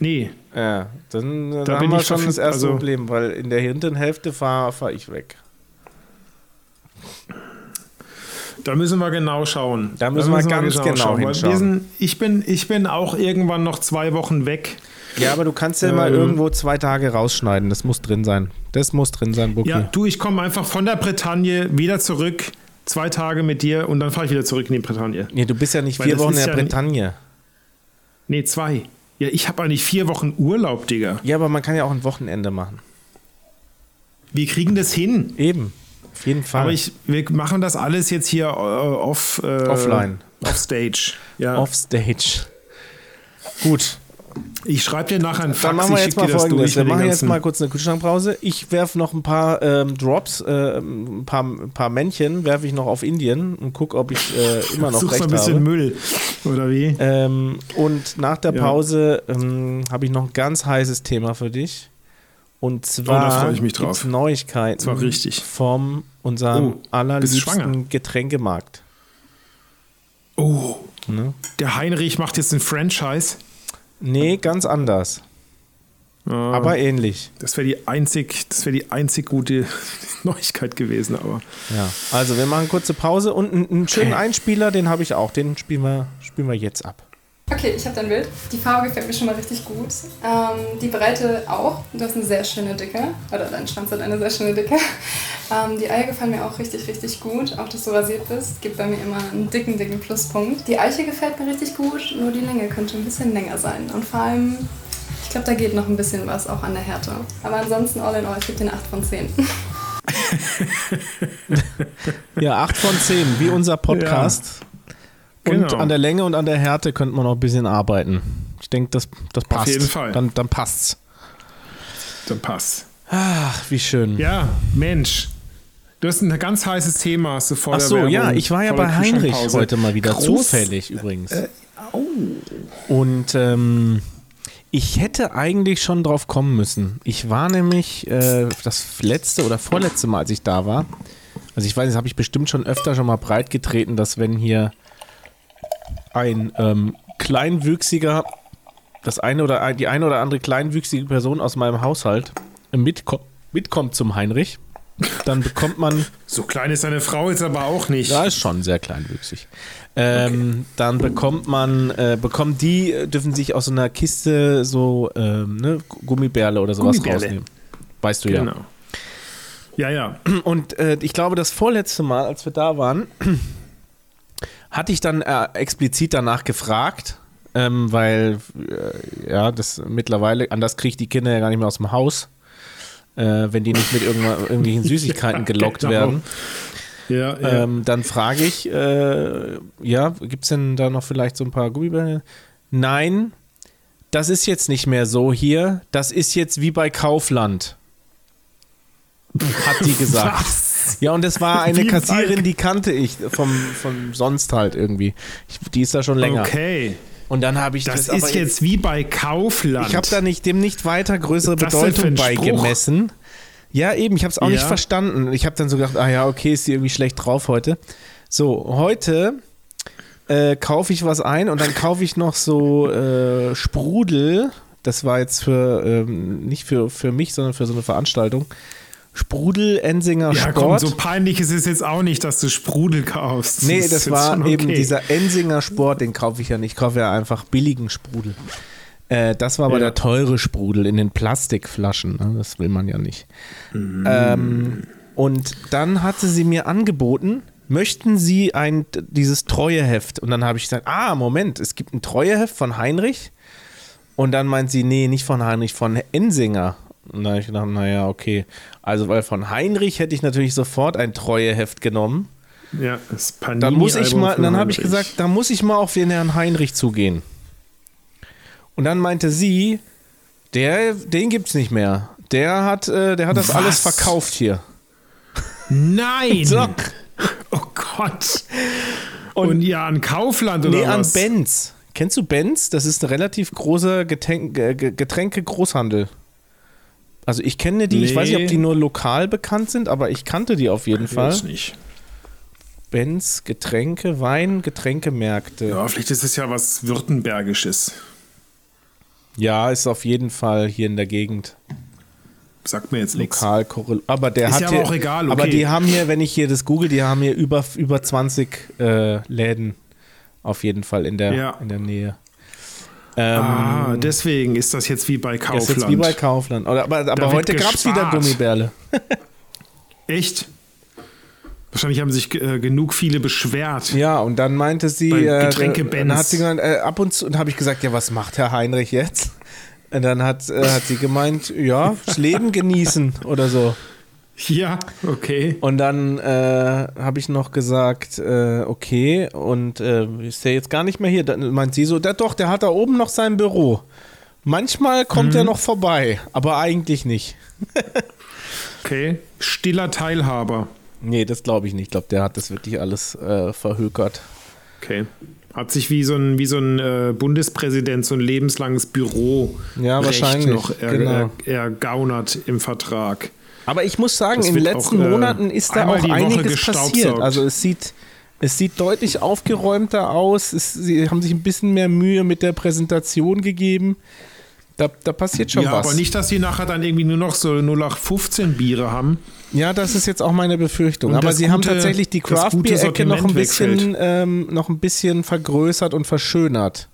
Nee, Ja, dann, dann Da haben bin wir ich schon das erste verfügbar, also- Problem, weil in der hinteren Hälfte fahre fahr ich weg. da müssen wir genau schauen. Da müssen wir ganz genau weil wir hinschauen. sind- Ich bin, ich bin auch irgendwann noch zwei Wochen weg. Ja, aber du kannst ja mal Ähm. irgendwo zwei Tage rausschneiden. Das muss drin sein. Das muss drin sein, Bucky. Ja, du, ich komme einfach von der Bretagne wieder zurück, zwei Tage mit dir und dann fahre ich wieder zurück in die Bretagne. Nee, du bist ja nicht Weil vier das Wochen in ist der ja- Bretagne. Nee, zwei. Ja, ich habe eigentlich vier Wochen Urlaub, Digga. Ja, aber man kann ja auch ein Wochenende machen. Wir kriegen das hin. Eben. Auf jeden Fall. Aber ich, wir machen das alles jetzt hier äh, off, äh, Offline. Offstage. Ja. Offstage. Gut. ich schreibe dir nachher einen Fax. Dann machen wir ich jetzt schick mal dir das folgendes. durch Wir mit den machen jetzt ganzen- mal kurz eine Kühlschrankpause. Ich werfe noch ein paar ähm, Drops, äh, ein, paar, ein paar Männchen werfe ich noch auf Indien und gucke, ob ich (laughs) äh, immer noch Suchst recht ein bisschen habe. Müll. Oder wie? Ähm, und nach der Ja. Pause ähm, habe ich noch ein ganz heißes Thema für dich. Und zwar Oh, freu ich mich gibt's drauf. Neuigkeiten Das war richtig. vom unserem Oh, schwanger? allerliebsten Getränkemarkt. Oh, Ne? der Heinrich macht jetzt ein Franchise. Nee, ganz anders, Ah, aber ähnlich. das wäre die einzig, das wäre die einzig gute (laughs) Neuigkeit gewesen. Aber Ja, also wir machen kurze Pause und einen, einen schönen Einspieler, den habe ich auch. Den spielen wir, spielen wir jetzt ab. Okay, ich habe dein Bild. Die Farbe gefällt mir schon mal richtig gut. Ähm, die Breite auch. Du hast eine sehr schöne Dicke. Oder dein Schwanz hat eine sehr schöne Dicke. Ähm, die Eier gefallen mir auch richtig, richtig gut. Auch, dass du rasiert bist, gibt bei mir immer einen dicken, dicken Pluspunkt. Die Eiche gefällt mir richtig gut, nur die Länge könnte ein bisschen länger sein. Und vor allem, ich glaube, da geht noch ein bisschen was, auch an der Härte. Aber ansonsten, all in all, ich gebe dir eine 8 von 10. Ja, 8 von 10, wie unser Podcast. Und Genau. an der Länge und an der Härte könnte man noch ein bisschen arbeiten. Ich denke, das, das passt. jeden Fall. Dann, dann passt's. dann passt. Ach, wie schön. Ja, Mensch. Du hast ein ganz heißes Thema, hast du vor Ach der so, ja, Werbung, ich war ja vor der bei Heinrich Kühlschrankpause. heute mal wieder. Groß- äh, Zufällig übrigens. Und ähm, ich hätte eigentlich schon drauf kommen müssen. Ich war nämlich äh, das letzte oder vorletzte Mal, als ich da war. Also ich weiß, das habe ich bestimmt schon öfter schon mal breit getreten, dass wenn hier ein ähm, kleinwüchsiger, das eine oder ein- die eine oder andere kleinwüchsige Person aus meinem Haushalt mitko mitkommt zum Heinrich, dann bekommt man So klein ist deine Frau jetzt aber auch nicht. ja, ist schon sehr kleinwüchsig. Ähm, Dann bekommt man, äh, bekommen die, äh, dürfen sich aus so einer Kiste so ähm, ne, Gummibärle oder sowas Gummibärle. rausnehmen. Weißt du ja. Genau. Ja, ja. (clears throat) Und äh, ich glaube, das vorletzte Mal, als wir da waren, (clears throat) hatte ich dann äh, explizit danach gefragt, ähm, weil äh, ja, das mittlerweile, anders kriege ich die Kinder ja gar nicht mehr aus dem Haus, äh, wenn die nicht mit irgendwa- (laughs) irgendwelchen Süßigkeiten Ja, gelockt genau. werden. Ja, ja. Ähm, dann frage ich, äh, ja, gibt es denn da noch vielleicht so ein paar Gummibärchen? Nein, das ist jetzt nicht mehr so hier. Das ist jetzt wie bei Kaufland. Hat die gesagt. Ja, und das war eine Wie bei- Kassiererin, die kannte ich vom, vom sonst halt irgendwie. Ich, die ist da schon länger. Okay. Und dann habe ich Das, aber ist jetzt wie bei Kaufland. ich habe da nicht, dem nicht weiter größere Was ist das denn für Bedeutung ein Spruch? beigemessen. Ja, eben, ich habe es auch nicht Ja. verstanden. Ich habe dann so gedacht, ah ja, okay, ist die irgendwie schlecht drauf heute. So, heute äh, kaufe ich was ein und dann kaufe ich noch so äh, Sprudel das war jetzt für, ähm, nicht für, für mich, sondern für so eine Veranstaltung. Sprudel Ensinger Ja, Sport. komm, so peinlich ist es jetzt auch nicht, dass du Sprudel kaufst. Nee, ist das jetzt war schon eben okay. dieser Ensinger Sport, den kaufe ich ja nicht. Ich kaufe ja einfach billigen Sprudel. Äh, das war aber Ja. der teure Sprudel in den Plastikflaschen. Ne? Das will man ja nicht. Ähm, und dann hatte sie mir angeboten, möchten Sie ein dieses Treueheft? Und dann habe ich gesagt, ah, Moment, es gibt ein Treueheft von Heinrich. Und dann meint sie, nee, nicht von Heinrich, von Ensinger. Und dann habe ich gedacht, naja, okay. Also, weil von Heinrich hätte ich natürlich sofort ein Treueheft genommen. Ja, das Panini Dann muss ich Album mal, von dann habe ich Heinrich. gesagt, dann muss ich mal auf den Herrn Heinrich zugehen. Und dann meinte sie, der, den gibt's nicht mehr. Der hat, äh, der hat das Was? alles verkauft hier. (laughs) Nein! So. Oh Gott! Und- Und, ja, an Kaufland oder Nee, an was? Benz. Kennst du Benz? Das ist ein relativ großer Getränk, äh, Ge- Getränke-Großhandel. Also ich kenne die, ich weiß nicht, ob Nee. die nur lokal bekannt sind, aber ich kannte die auf jeden Fall. Weiß nicht. Benz, Getränke, Wein, Getränkemärkte. Ja, vielleicht ist es ja was Württembergisches. ja, ist auf jeden Fall hier in der Gegend. Sagt mir jetzt nichts. lokal korreliert. Aber der Ist hat ja hier, aber auch egal, Aber okay. die haben hier, wenn ich hier das google, die haben hier über, über 20 äh, Läden auf jeden Fall in der, Ja. in der Nähe. Ähm, Ah, deswegen ist das jetzt wie bei das ist Kaufland. jetzt wie bei Kaufland. Oder, aber aber wird heute gab es wieder gespart. Gummibärle. Echt? Wahrscheinlich haben sich äh, genug viele beschwert. Ja, und dann meinte sie, Beim äh, Getränke dann hat Benz. sie gemeint, äh, ab und zu, und habe ich gesagt, ja, was macht Herr Heinrich jetzt? Und dann hat, äh, hat sie gemeint, ja, das Leben genießen oder so. (laughs) Ja, okay. Und dann äh, habe ich noch gesagt, äh, okay, und äh, ist der jetzt gar nicht mehr hier? Dann meint sie so, da doch, der hat da oben noch sein Büro. Manchmal kommt Mhm. er noch vorbei, aber eigentlich nicht. Okay. Stiller Teilhaber. Nee, das glaube ich nicht. Ich glaube, der hat das wirklich alles äh, verhökert. Okay. Hat sich wie so ein, wie so ein äh, Bundespräsident so ein lebenslanges Büro Ja, wahrscheinlich, noch er, genau. er, ergaunert im Vertrag. Aber ich muss sagen, Das in den wird letzten auch, äh, Monaten ist da einmal auch die Woche einiges gestaubsaugt. passiert. Also es sieht, es sieht deutlich aufgeräumter aus. Es, sie haben sich ein bisschen mehr Mühe mit der Präsentation gegeben. Da, da passiert schon ja, was. aber nicht, dass die nachher dann irgendwie nur noch so 0815 Biere haben. Ja, das ist jetzt auch meine Befürchtung. Und Aber das sie haben gute- tatsächlich die das gute Craft Beer Ecke noch ein Sortiment bisschen wegfällt. ähm, noch ein bisschen vergrößert und verschönert.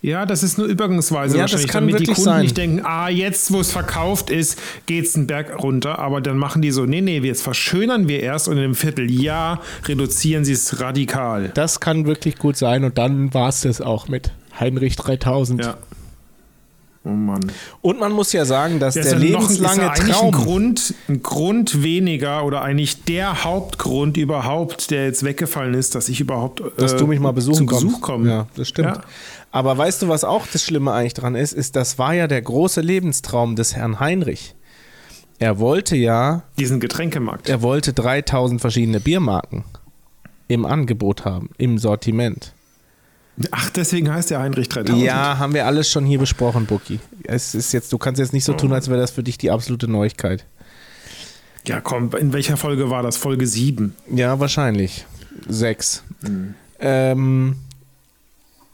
Ja, das ist nur übergangsweise Ja, das wahrscheinlich, kann damit die wirklich Kunden sein. nicht denken, ah, jetzt, wo es verkauft ist, geht's einen Berg runter. Aber dann machen die so, nee, nee, jetzt verschönern wir erst und in einem Vierteljahr reduzieren sie es radikal. Das kann wirklich gut sein und dann war es das auch mit Heinrich 3000. Ja. Oh Mann. Und man muss ja sagen, dass Ja, der ist ja noch- lebenslange ist ja eigentlich Traum Ein Grund, ein Grund weniger oder eigentlich der Hauptgrund überhaupt, der jetzt weggefallen ist, dass ich überhaupt dass äh, du mich mal besuchen zu kommst. Besuch komme. Ja, das stimmt. Ja. Aber weißt du, was auch das Schlimme eigentlich dran ist, ist, das war ja der große Lebenstraum des Herrn Heinrich. Er wollte ja, Diesen Getränkemarkt. er wollte 3000 verschiedene Biermarken im Angebot haben, im Sortiment. Ach, deswegen heißt der Heinrich 3000. Ja, haben wir alles schon hier besprochen, Bucky. Es ist jetzt, du kannst jetzt nicht so tun, als wäre das für dich die absolute Neuigkeit. ja, komm, in welcher Folge war das? Folge 7. Ja, wahrscheinlich. Mhm. Sechs. Ähm,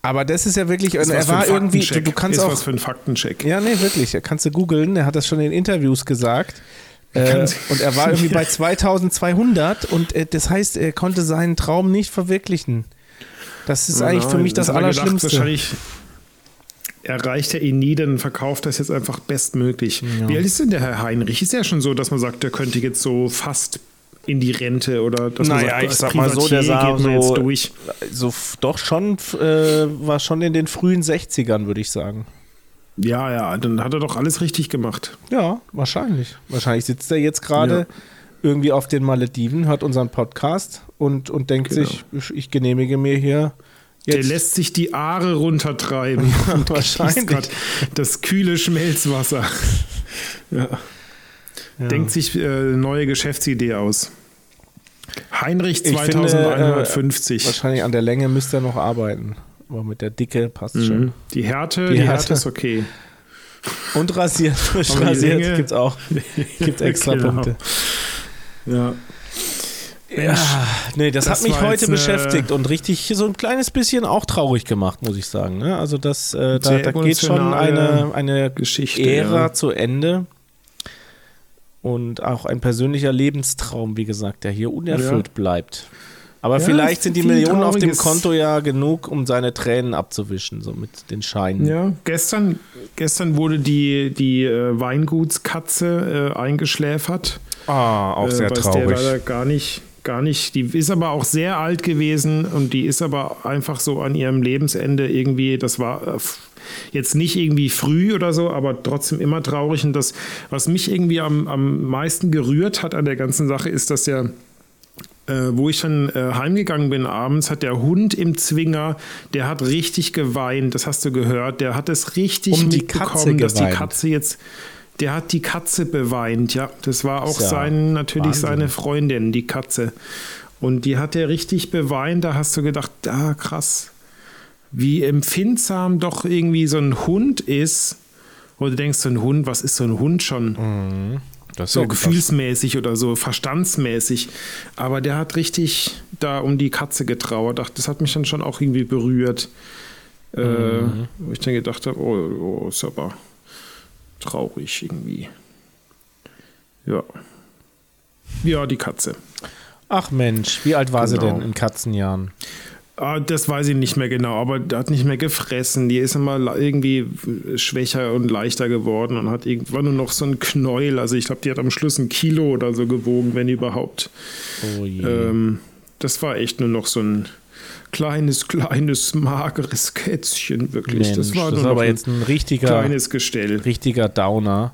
aber das ist ja wirklich, also er war irgendwie, du, du kannst ist auch, was für ein Faktencheck. ja, nee, wirklich, ja, kannst du googeln, er hat das schon in Interviews gesagt. Äh, Kannst- und er war (laughs) irgendwie bei 2200 und äh, das heißt, er konnte seinen Traum nicht verwirklichen. Das ist eigentlich für Nein, mich das, hat er gedacht, Allerschlimmste. wahrscheinlich erreicht er ihn nie, dann verkauft er es jetzt einfach bestmöglich. Wie alt ist denn der Herr Heinrich? Ist ja schon so, dass man sagt, der könnte jetzt so fast in die Rente oder dass man Naja, sagt, ich als sag mal so, Privatier der sah geht man so- jetzt durch. so f- doch schon, f- äh, war schon in den frühen 60ern, würde ich sagen. Ja, ja, dann hat er doch alles richtig gemacht. Ja, wahrscheinlich. Wahrscheinlich sitzt er jetzt gerade irgendwie auf den Malediven, hört unseren Podcast und, und denkt Genau. sich, ich, ich genehmige mir hier Der jetzt lässt sich die (laughs) Aare runtertreiben. und wahrscheinlich. genießt grad Das (laughs) kühle Schmelzwasser. ja. Ja. Denkt sich äh, neue Geschäftsidee aus. Heinrich Ich finde, äh, 2150. wahrscheinlich an der Länge müsste er noch arbeiten. Aber mit der Dicke passt schon. Mhm. Die Härte, Die die, Härte. Härte ist okay. Und rasiert, frisch Aber die (laughs) rasiert Länge- gibt's auch. Gibt extra Genau. Punkte. Ja. Mensch. Ah, nee, das, Das hat mich war heute jetzt, äh, beschäftigt und richtig so ein kleines bisschen auch traurig gemacht, muss ich sagen. Ne? Also das, äh, da, Sehr da geht schon eine, emotionale eine Geschichte, Ära ja. zu Ende. Und auch ein persönlicher Lebenstraum, wie gesagt, der hier unerfüllt bleibt. Aber Ja, vielleicht sind die viel Millionen auf dem Trauriges. Konto ja genug, um seine Tränen abzuwischen, so mit den Scheinen. Ja, gestern, gestern wurde die, die äh, Weingutskatze äh, eingeschläfert. Ah, auch äh, was Der leider gar nicht, gar nicht, die ist aber auch sehr alt gewesen und die ist aber einfach so an ihrem Lebensende irgendwie, das war äh, f- jetzt nicht irgendwie früh oder so, aber trotzdem immer traurig. Und das, was mich irgendwie am, am meisten gerührt hat an der ganzen Sache, ist, dass der äh, wo ich dann äh, heimgegangen bin abends, hat der Hund im Zwinger, der hat richtig geweint, das hast du gehört, der hat es richtig Um die Katze mitbekommen, dass die geweint. Katze jetzt, der hat die Katze beweint, ja, das war auch Ja, sein, natürlich Wahnsinn. seine Freundin, die Katze. Und die hat er richtig beweint, da hast du gedacht, ah krass, wie empfindsam doch irgendwie so ein Hund ist, wo du denkst, so ein Hund, was ist so ein Hund schon? Das ist So ja krass. gefühlsmäßig oder so, verstandsmäßig. Aber der hat richtig da um die Katze getrauert. Ach, Das hat mich dann schon auch irgendwie berührt. Äh, Wo ich dann gedacht habe, oh, oh, ist aber traurig irgendwie. Ja. Ja, die Katze. Ach Mensch, wie alt war sie Genau. denn in Katzenjahren? Ah, das weiß ich nicht mehr genau, aber der hat nicht mehr gefressen. Die ist immer la- irgendwie schwächer und leichter geworden und hat irgendwann nur noch so ein Knäuel. Also ich glaube, die hat am Schluss ein Kilo oder so gewogen, wenn überhaupt. Oh je. Ähm, das war echt nur noch so ein kleines, kleines, mageres Kätzchen, wirklich. Mensch, das war nur ist noch aber ein jetzt ein richtiger, kleines Gestell. richtiger Downer.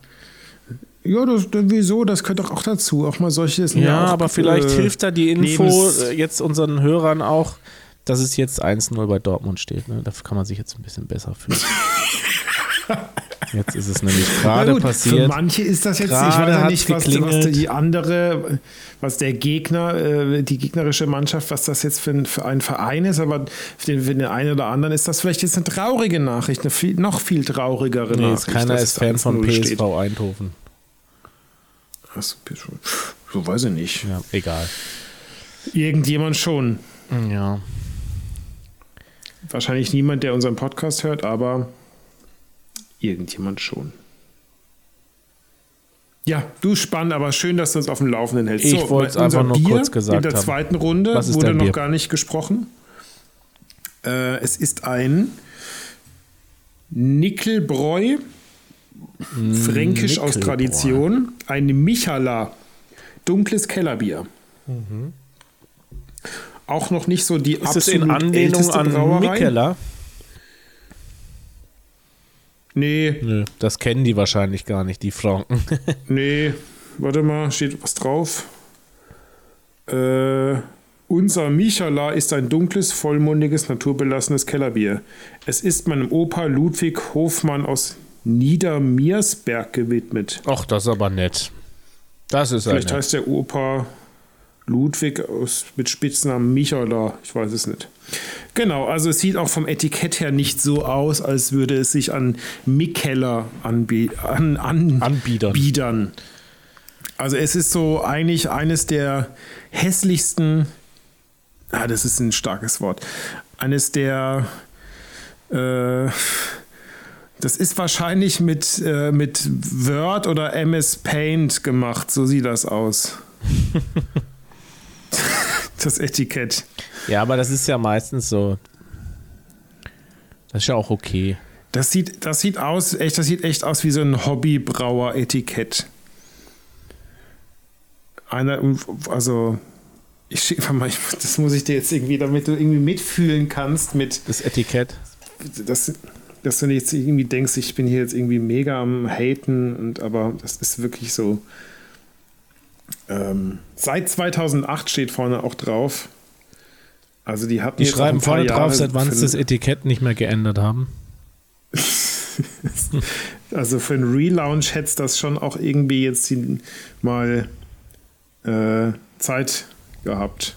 Ja, das, wieso? Das gehört doch auch dazu. Auch mal solche sind Ja, auch, aber vielleicht äh, hilft da die Info Lebens- äh, jetzt unseren Hörern auch, dass es jetzt 1-0 bei Dortmund steht. Ne? Da kann man sich jetzt ein bisschen besser fühlen. jetzt ist es nämlich Na gerade gut, Für passiert. manche ist das jetzt, ich Gerade weiß ja hat's nicht, was, was geklingelt. die andere, was der Gegner, äh, die gegnerische Mannschaft, was das jetzt für ein, für ein Verein ist, aber für den, für den einen oder anderen ist das vielleicht jetzt eine traurige Nachricht, eine viel, noch viel traurigere Nee, jetzt Nachricht. keiner dass ist es Fan von 1-0 PSV steht. Eindhoven. Was, so weiß ich nicht. Ja, egal. Irgendjemand schon. Ja. Wahrscheinlich niemand, der unseren Podcast hört, aber irgendjemand schon. Ja, du spannend, aber schön, dass du uns auf dem Laufenden hältst. Ich wollte's unser einfach nur Bier kurz gesagt In der haben. zweiten Runde Was ist wurde dein noch Bier? gar nicht gesprochen. Äh, es ist ein Nickelbräu, fränkisch aus Mm, Nickelbräu. Tradition, ein Michala, dunkles Kellerbier. Auch noch nicht so die Mhm. Ist es in Anlehnung älteste an Brauerei. Mikkeler? Nee, Nö, das kennen die wahrscheinlich gar nicht, die Franken. (laughs) nee. Warte mal, steht was drauf? Äh, unser Michala ist ein dunkles, vollmundiges, naturbelassenes Kellerbier. Es ist meinem Opa Ludwig Hofmann aus Niedermiersberg gewidmet. Ach, das ist aber nett. Das ist ja Vielleicht nett. heißt der Opa Ludwig aus, mit Spitznamen Michala. Ich weiß es nicht. Genau, also es sieht auch vom Etikett her nicht so aus, als würde es sich an Mikkeller anbieten. An, an, Anbietern. Biedern. Also es ist so eigentlich eines der hässlichsten, ah, das ist ein starkes Wort, eines der, äh, das ist wahrscheinlich mit, äh, mit Word oder MS Paint gemacht, so sieht das aus. das Etikett. Ja, aber das ist ja meistens so. Das ist ja auch okay. Das sieht, das sieht aus, echt, das sieht echt aus wie so ein Hobbybrauer-Etikett. Einer, also, ich schick mal, ich, das muss ich dir jetzt irgendwie, damit du irgendwie mitfühlen kannst mit, Das Etikett. dass, dass du nicht jetzt irgendwie denkst, ich bin hier jetzt irgendwie mega am Haten und aber das ist wirklich so. Ähm, seit 2008 steht vorne auch drauf. Also die hatten Die jetzt auch schreiben ein paar vorne drauf, Jahre seit wann für sie das Etikett nicht mehr geändert haben. Also für einen Relaunch hätte es das schon auch irgendwie jetzt die- mal äh, Zeit gehabt.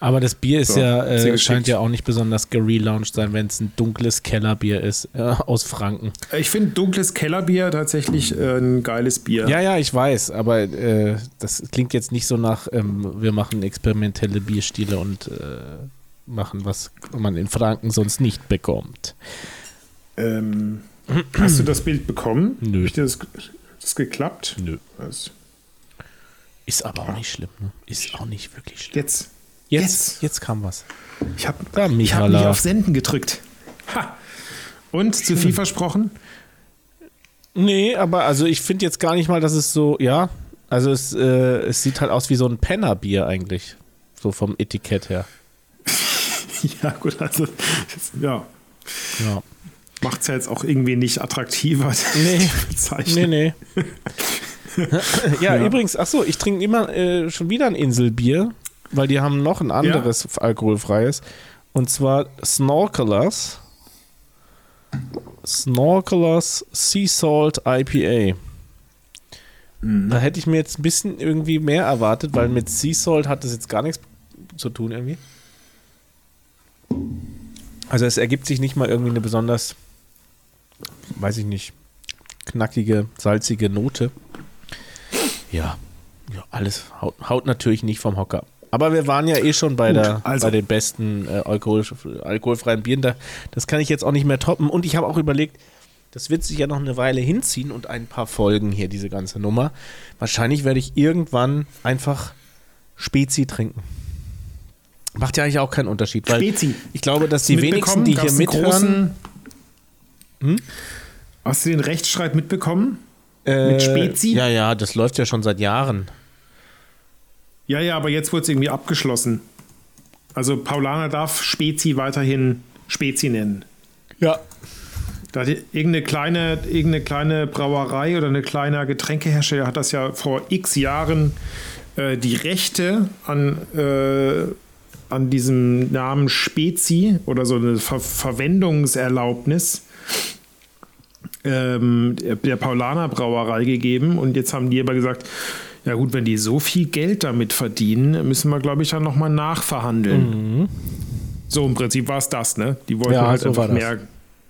Aber das Bier ist So, ja, sie äh, geschickt. scheint ja auch nicht besonders gelauncht sein, wenn es ein dunkles Kellerbier ist (laughs) äh, aus Franken. Ich finde dunkles Kellerbier tatsächlich äh, ein geiles Bier. Ja, ja, ich weiß, aber äh, das klingt jetzt nicht so nach, ähm, wir machen experimentelle Bierstile und äh, machen, was man in Franken sonst nicht bekommt. Ähm, hast du das Bild bekommen? Nö. Hab ich dir das, das geklappt? Nö. Was? Ist aber auch nicht schlimm. Ne? Ist auch nicht wirklich schlimm. Jetzt. Jetzt, jetzt kam was. Ich habe Da, ich hab mich Michaela. auf Senden gedrückt. Ha. Und zu viel versprochen? Nee, aber also ich finde jetzt gar nicht mal, dass es so, ja, also es, äh, es sieht halt aus wie so ein Pennerbier eigentlich. So vom Etikett her. (laughs) ja, gut, also das, ja. Ja. Macht es ja jetzt auch irgendwie nicht attraktiver. (laughs) Nee. Nee, Bezeichnen. nee. ja, Ja. übrigens, ach so, ich trinke immer äh, schon wieder ein Inselbier, weil die haben noch ein anderes alkoholfreies. Und zwar Snorkelers. Snorkelers Sea Salt IPA. Da hätte ich mir jetzt ein bisschen irgendwie mehr erwartet, weil mit Sea Salt hat das jetzt gar nichts zu tun irgendwie. Also es ergibt sich nicht mal irgendwie eine besonders, weiß ich nicht, knackige, salzige Note. Ja, ja alles haut, haut natürlich nicht vom Hocker. Aber wir waren ja eh schon bei, Gut, der, also- bei den besten äh, alkohol, alkoholfreien Bieren. Da, das kann ich jetzt auch nicht mehr toppen. Und ich habe auch überlegt, das wird sich ja noch eine Weile hinziehen und ein paar Folgen hier, diese ganze Nummer. Wahrscheinlich werde ich irgendwann einfach Spezi trinken. Macht ja eigentlich auch keinen Unterschied, weil Spezi. ich glaube, dass die wenigsten, die hier mithören, Hm? Hast du den Rechtsstreit mitbekommen? äh, mit Spezi? Ja, ja, das läuft ja schon seit Jahren. Ja, ja, aber jetzt wurde es irgendwie abgeschlossen. Also Paulaner darf Spezi weiterhin Spezi nennen. Ja. Da hat irgendeine kleine, irgendeine kleine Brauerei oder eine kleine Getränkehersteller hat das ja vor x Jahren äh, die Rechte an, äh, an diesem Namen Spezi oder so eine Ver Verwendungserlaubnis ähm, der- der Paulaner Brauerei gegeben. Und jetzt haben die aber gesagt, ja gut, wenn die so viel Geld damit verdienen, müssen wir, glaube ich, dann nochmal nachverhandeln. So im Prinzip war es das, ne? Die wollten Mhm. Ja, halt so war einfach das. mehr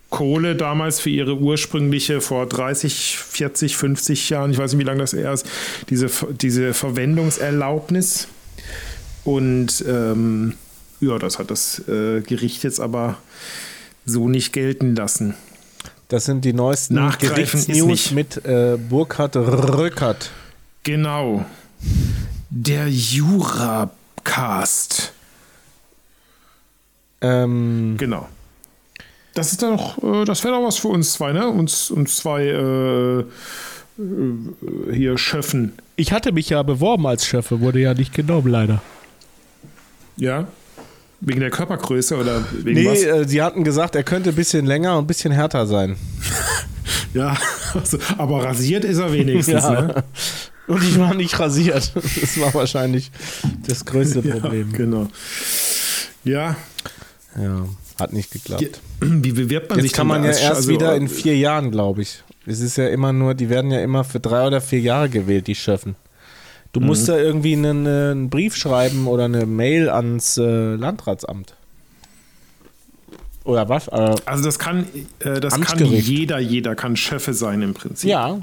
Kohle damals für ihre ursprüngliche vor 30, 40, 50 Jahren, ich weiß nicht, wie lange das eher ist, diese, diese Verwendungserlaubnis. Und ähm, ja, das hat das äh, Gericht jetzt aber so nicht gelten lassen. Das sind die neuesten Nachgreifen ist Gerichtsnews nicht. mit äh, Burkhard Röckert. Genau. Der Jura-Cast. Ähm, Genau. Das ist dann doch, äh, das wäre doch was für uns zwei, ne? Uns, uns zwei äh, äh, hier schöffen. ich hatte mich ja beworben als Schöffe, wurde ja nicht genommen, leider. Ja? Wegen der Körpergröße oder wegen Nee, was? äh, sie hatten gesagt, er könnte ein bisschen länger und ein bisschen härter sein. Ja, (laughs) also, aber rasiert ist er wenigstens, (laughs) Ja. ne? Und ich war nicht rasiert. (laughs) Das war wahrscheinlich das größte Ja, Problem. genau. Ja, Ja, hat nicht geklappt. je- wie bewirbt man sich Jetzt kann man denn da ja als- erst also, wieder äh, in vier Jahren, glaube ich. Es ist ja immer nur, die werden ja immer für drei oder vier Jahre gewählt, die Schöffen. Du Mhm. musst da irgendwie einen, äh, einen Brief schreiben oder eine Mail ans äh, Landratsamt. Oder was? Äh, Also das kann, äh, das kann Amtsgericht. jeder, jeder kann Schöffe sein im Prinzip. ja,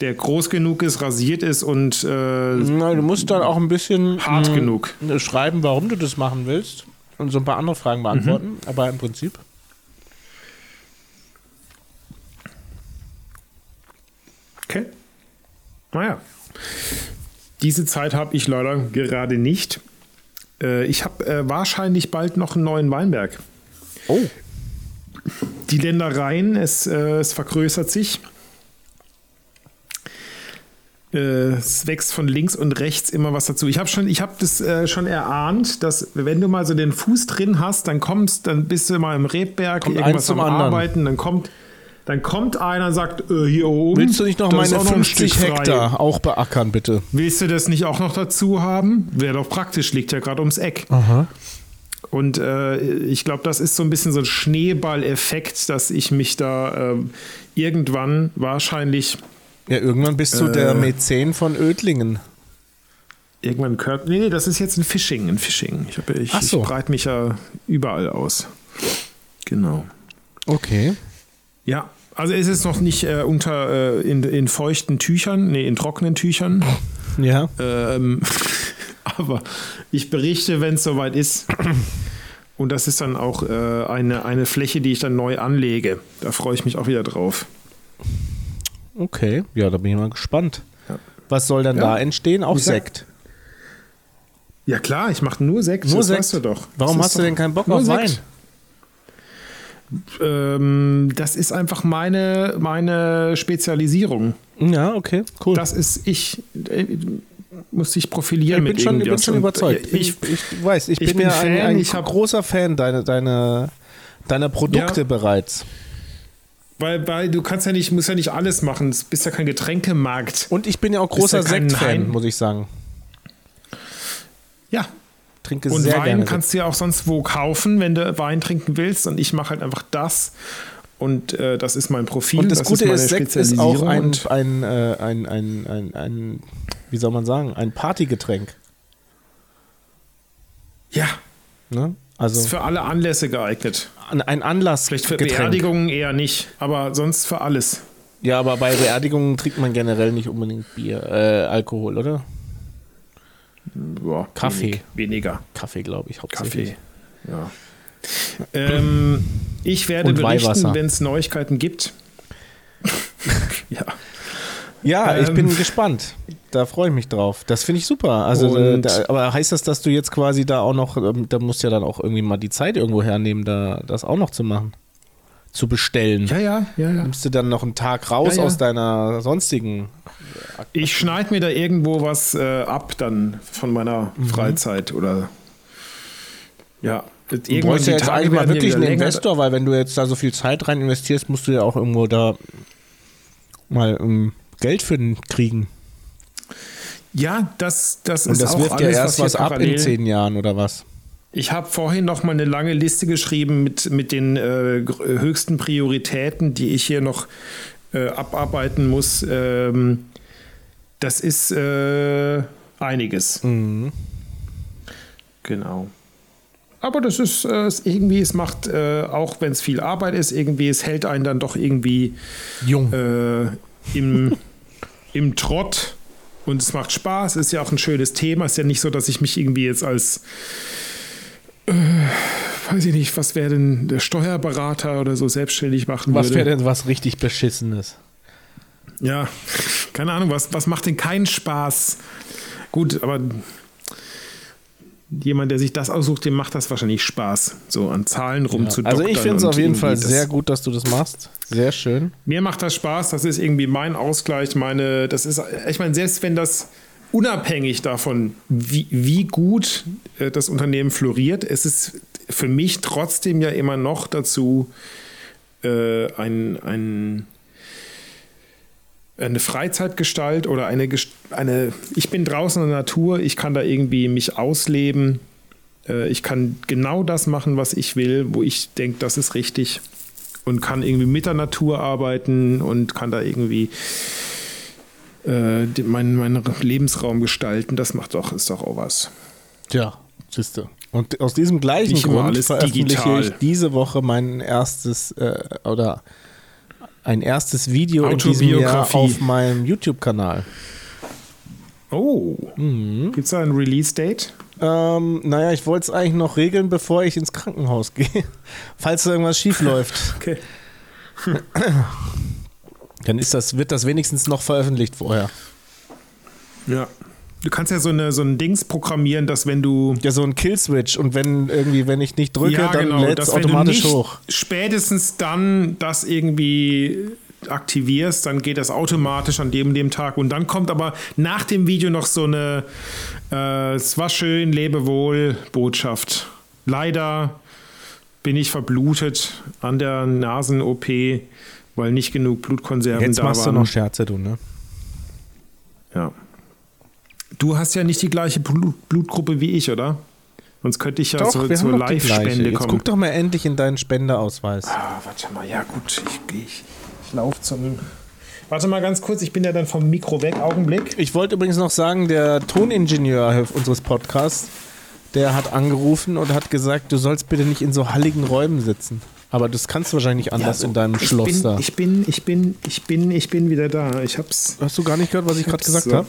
Der groß genug ist, rasiert ist und äh, Na, du musst dann auch ein bisschen hart mh, genug. Mhm. schreiben, warum du das machen willst und so ein paar andere Fragen beantworten. Aber im Prinzip Okay. Naja. Diese Zeit habe ich leider gerade nicht. Äh, ich habe äh, wahrscheinlich bald noch einen neuen Weinberg. Oh. Die Ländereien, es, äh, es vergrößert sich. Äh, es wächst von links und rechts immer was dazu. Ich habe schon, ich habe das äh, schon erahnt, dass wenn du mal so den Fuß drin hast, dann kommst, dann bist du mal im Rebberg, Kommt eins irgendwas zum am anderen. Arbeiten, dann kommt, dann kommt einer und sagt, äh, hier oben. willst du nicht noch da ist meine auch noch ein Stück 50 frei. Hektar auch beackern, bitte? Willst du das nicht auch noch dazu haben? Wäre doch praktisch, liegt ja gerade ums Eck. Und äh, ich glaube, das ist so ein bisschen so ein Schneeballeffekt, dass ich mich da ähm, irgendwann wahrscheinlich Ja, irgendwann bist du Äh. der Mäzen von Ödlingen. irgendwann Körper. Nee, nee, das ist jetzt ein Phishing, ein Phishing. Ich, hab, ich, Ach so. ich breite mich ja überall aus. Genau. Okay. Ja, also es ist noch nicht äh, unter äh, in, in feuchten Tüchern, nee, in trockenen Tüchern. Ja. Ähm, (laughs) aber ich berichte, wenn es soweit ist. Und das ist dann auch äh, eine, eine Fläche, die ich dann neu anlege. Da freue ich mich auch wieder drauf. Okay. Ja, da bin ich mal gespannt. Ja. Was soll dann Ja. da entstehen? Auch Wie gesagt, Sekt. Ja klar, ich mache nur Sekt, Nur das Sekt? weißt du doch. Warum Das hast ist du doch- denn keinen Bock nur auf Sekt. Wein? Ähm, das ist einfach meine, meine Spezialisierung. Ja, okay, cool. Das ist ich. äh, Muss dich profilieren ich bin mit schon, ich bin irgendwas. schon Und, überzeugt. äh, Ich, ich weiß, ich, ich bin bin ja ein, Fan, ein ich hab- großer Fan deiner, deiner, deiner Produkte Ja. bereits. weil, weil du kannst ja nicht, musst ja nicht alles machen. Du bist ja kein Getränkemarkt. Und ich bin ja auch Bist großer ja kein Sekt-Fan, Nein. muss ich sagen. Ja. Trinke Und sehr Wein gerne. kannst du ja auch sonst wo kaufen, wenn du Wein trinken willst. Und ich mache halt einfach das. Und äh, das ist mein Profil. Und das, Gute meine ist, Sekt ist auch Spezialisierung ein, und- ein, äh, ein, ein, ein, ein, wie soll man sagen, ein Partygetränk. ja, Ne? ist Also für alle Anlässe geeignet. an- ein Anlass. Vielleicht für Beerdigungen eher nicht, aber sonst für alles. Ja, aber bei Beerdigungen trinkt man generell nicht unbedingt Bier, äh, Alkohol, oder? Boah, Kaffee. wenig- Weniger. Kaffee, glaube ich, hauptsächlich. Kaffee. Ja. Ähm, ich werde Und Weihwasser. berichten, wenn es Neuigkeiten gibt. (laughs) ja. Ja, ich Ähm. bin gespannt. Da freue ich mich drauf. Das finde ich super. Also, äh, Und- da, aber heißt das, dass du jetzt quasi da auch noch, ähm, da musst du ja dann auch irgendwie mal die Zeit irgendwo hernehmen, da das auch noch zu machen, zu bestellen? Ja, ja, ja, ja. Nimmst du dann noch einen Tag raus Ja, ja. aus deiner sonstigen? Ich schneide mir da irgendwo was äh, ab dann von meiner Mhm. Freizeit oder ja. Du Irgendwann brauchst ja die jetzt Tage eigentlich mal werden ja wirklich wieder einen länger. Investor, weil wenn du jetzt da so viel Zeit rein investierst, musst du ja auch irgendwo da mal ähm, Geld für den kriegen. Ja, das, das Und ist das auch wirft ja alles, erst was, was hier ab in parallel- zehn Jahren oder was? Ich habe vorhin noch mal eine lange Liste geschrieben mit, mit den äh, gr- höchsten Prioritäten, die ich hier noch äh, abarbeiten muss. Ähm, das ist äh, einiges. Genau. Aber das ist äh, es irgendwie, es macht, äh, auch wenn es viel Arbeit ist, irgendwie, es hält einen dann doch irgendwie Jung. äh, im, (laughs) im Trott. Und es macht Spaß, ist ja auch ein schönes Thema. Ist ja nicht so, dass ich mich irgendwie jetzt als, äh, weiß ich nicht, was wäre denn der Steuerberater oder so selbstständig machen was wäre würde. denn was richtig Beschissenes? Ja, keine Ahnung, was, was macht denn keinen Spaß? Gut, aber jemand, der sich das aussucht, dem macht das wahrscheinlich Spaß, so an Zahlen rumzudoktern. Also ich finde es Um und auf jeden irgendwie Fall das- sehr gut, dass du das machst. Sehr schön. Mir macht das Spaß, das ist irgendwie mein Ausgleich, meine, das ist, ich meine, selbst wenn das unabhängig davon, wie, wie gut äh, das Unternehmen floriert, es ist für mich trotzdem ja immer noch dazu äh, ein, ein, eine Freizeitgestalt oder eine, Gest- eine, ich bin draußen in der Natur, ich kann da irgendwie mich ausleben, äh, ich kann genau das machen, was ich will, wo ich denke, das ist richtig und kann irgendwie mit der Natur arbeiten und kann da irgendwie äh, die- meinen, meinen Lebensraum gestalten. Das macht doch, ist doch auch was. Ja, siehste. Und aus diesem gleichen Nicht immer Grund alles veröffentliche digital. ich diese Woche mein erstes äh, oder ein erstes Video in diesem Jahr Autobiografie. auf meinem YouTube-Kanal. Oh, gibt es da ein Release-Date? Ähm, naja, ich wollte es eigentlich noch regeln, bevor ich ins Krankenhaus (laughs) gehe. Falls da irgendwas schief läuft, Okay. dann ist das, wird das wenigstens noch veröffentlicht vorher. Ja. Du kannst ja so, eine, so ein Dings programmieren, dass wenn du. Ja, so ein Killswitch und wenn irgendwie, wenn ich nicht drücke, dann lädt es wenn du automatisch genau, nicht hoch. Spätestens dann das irgendwie aktivierst, dann geht das automatisch an dem dem Tag und dann kommt aber nach dem Video noch so eine äh, es war schön, lebe wohl Botschaft. Leider bin ich verblutet an der Nasen-OP, weil nicht genug Blutkonserven Jetzt da machst du waren. noch Scherze, du, ne? ja. Du hast ja nicht die gleiche Blut Blutgruppe wie ich, oder? Sonst könnte ich ja Doch, zur, wir zur haben doch die gleiche. Live-Spende Jetzt kommen. guck doch mal endlich in deinen Spenderausweis. Ah, warte mal, ja gut, ich, ich, ich laufe zum Warte mal ganz kurz, ich bin ja dann vom Mikro weg. Augenblick. Ich wollte übrigens noch sagen, der Toningenieur unseres Podcasts, der hat angerufen und hat gesagt, du sollst bitte nicht in so halligen Räumen sitzen. Aber das kannst du wahrscheinlich nicht anders so, in deinem ich Schloss bin, da. Ich bin, ich bin, ich bin, ich bin wieder da. Ich hab's. Hast du gar nicht gehört, was ich gerade gesagt so. habe?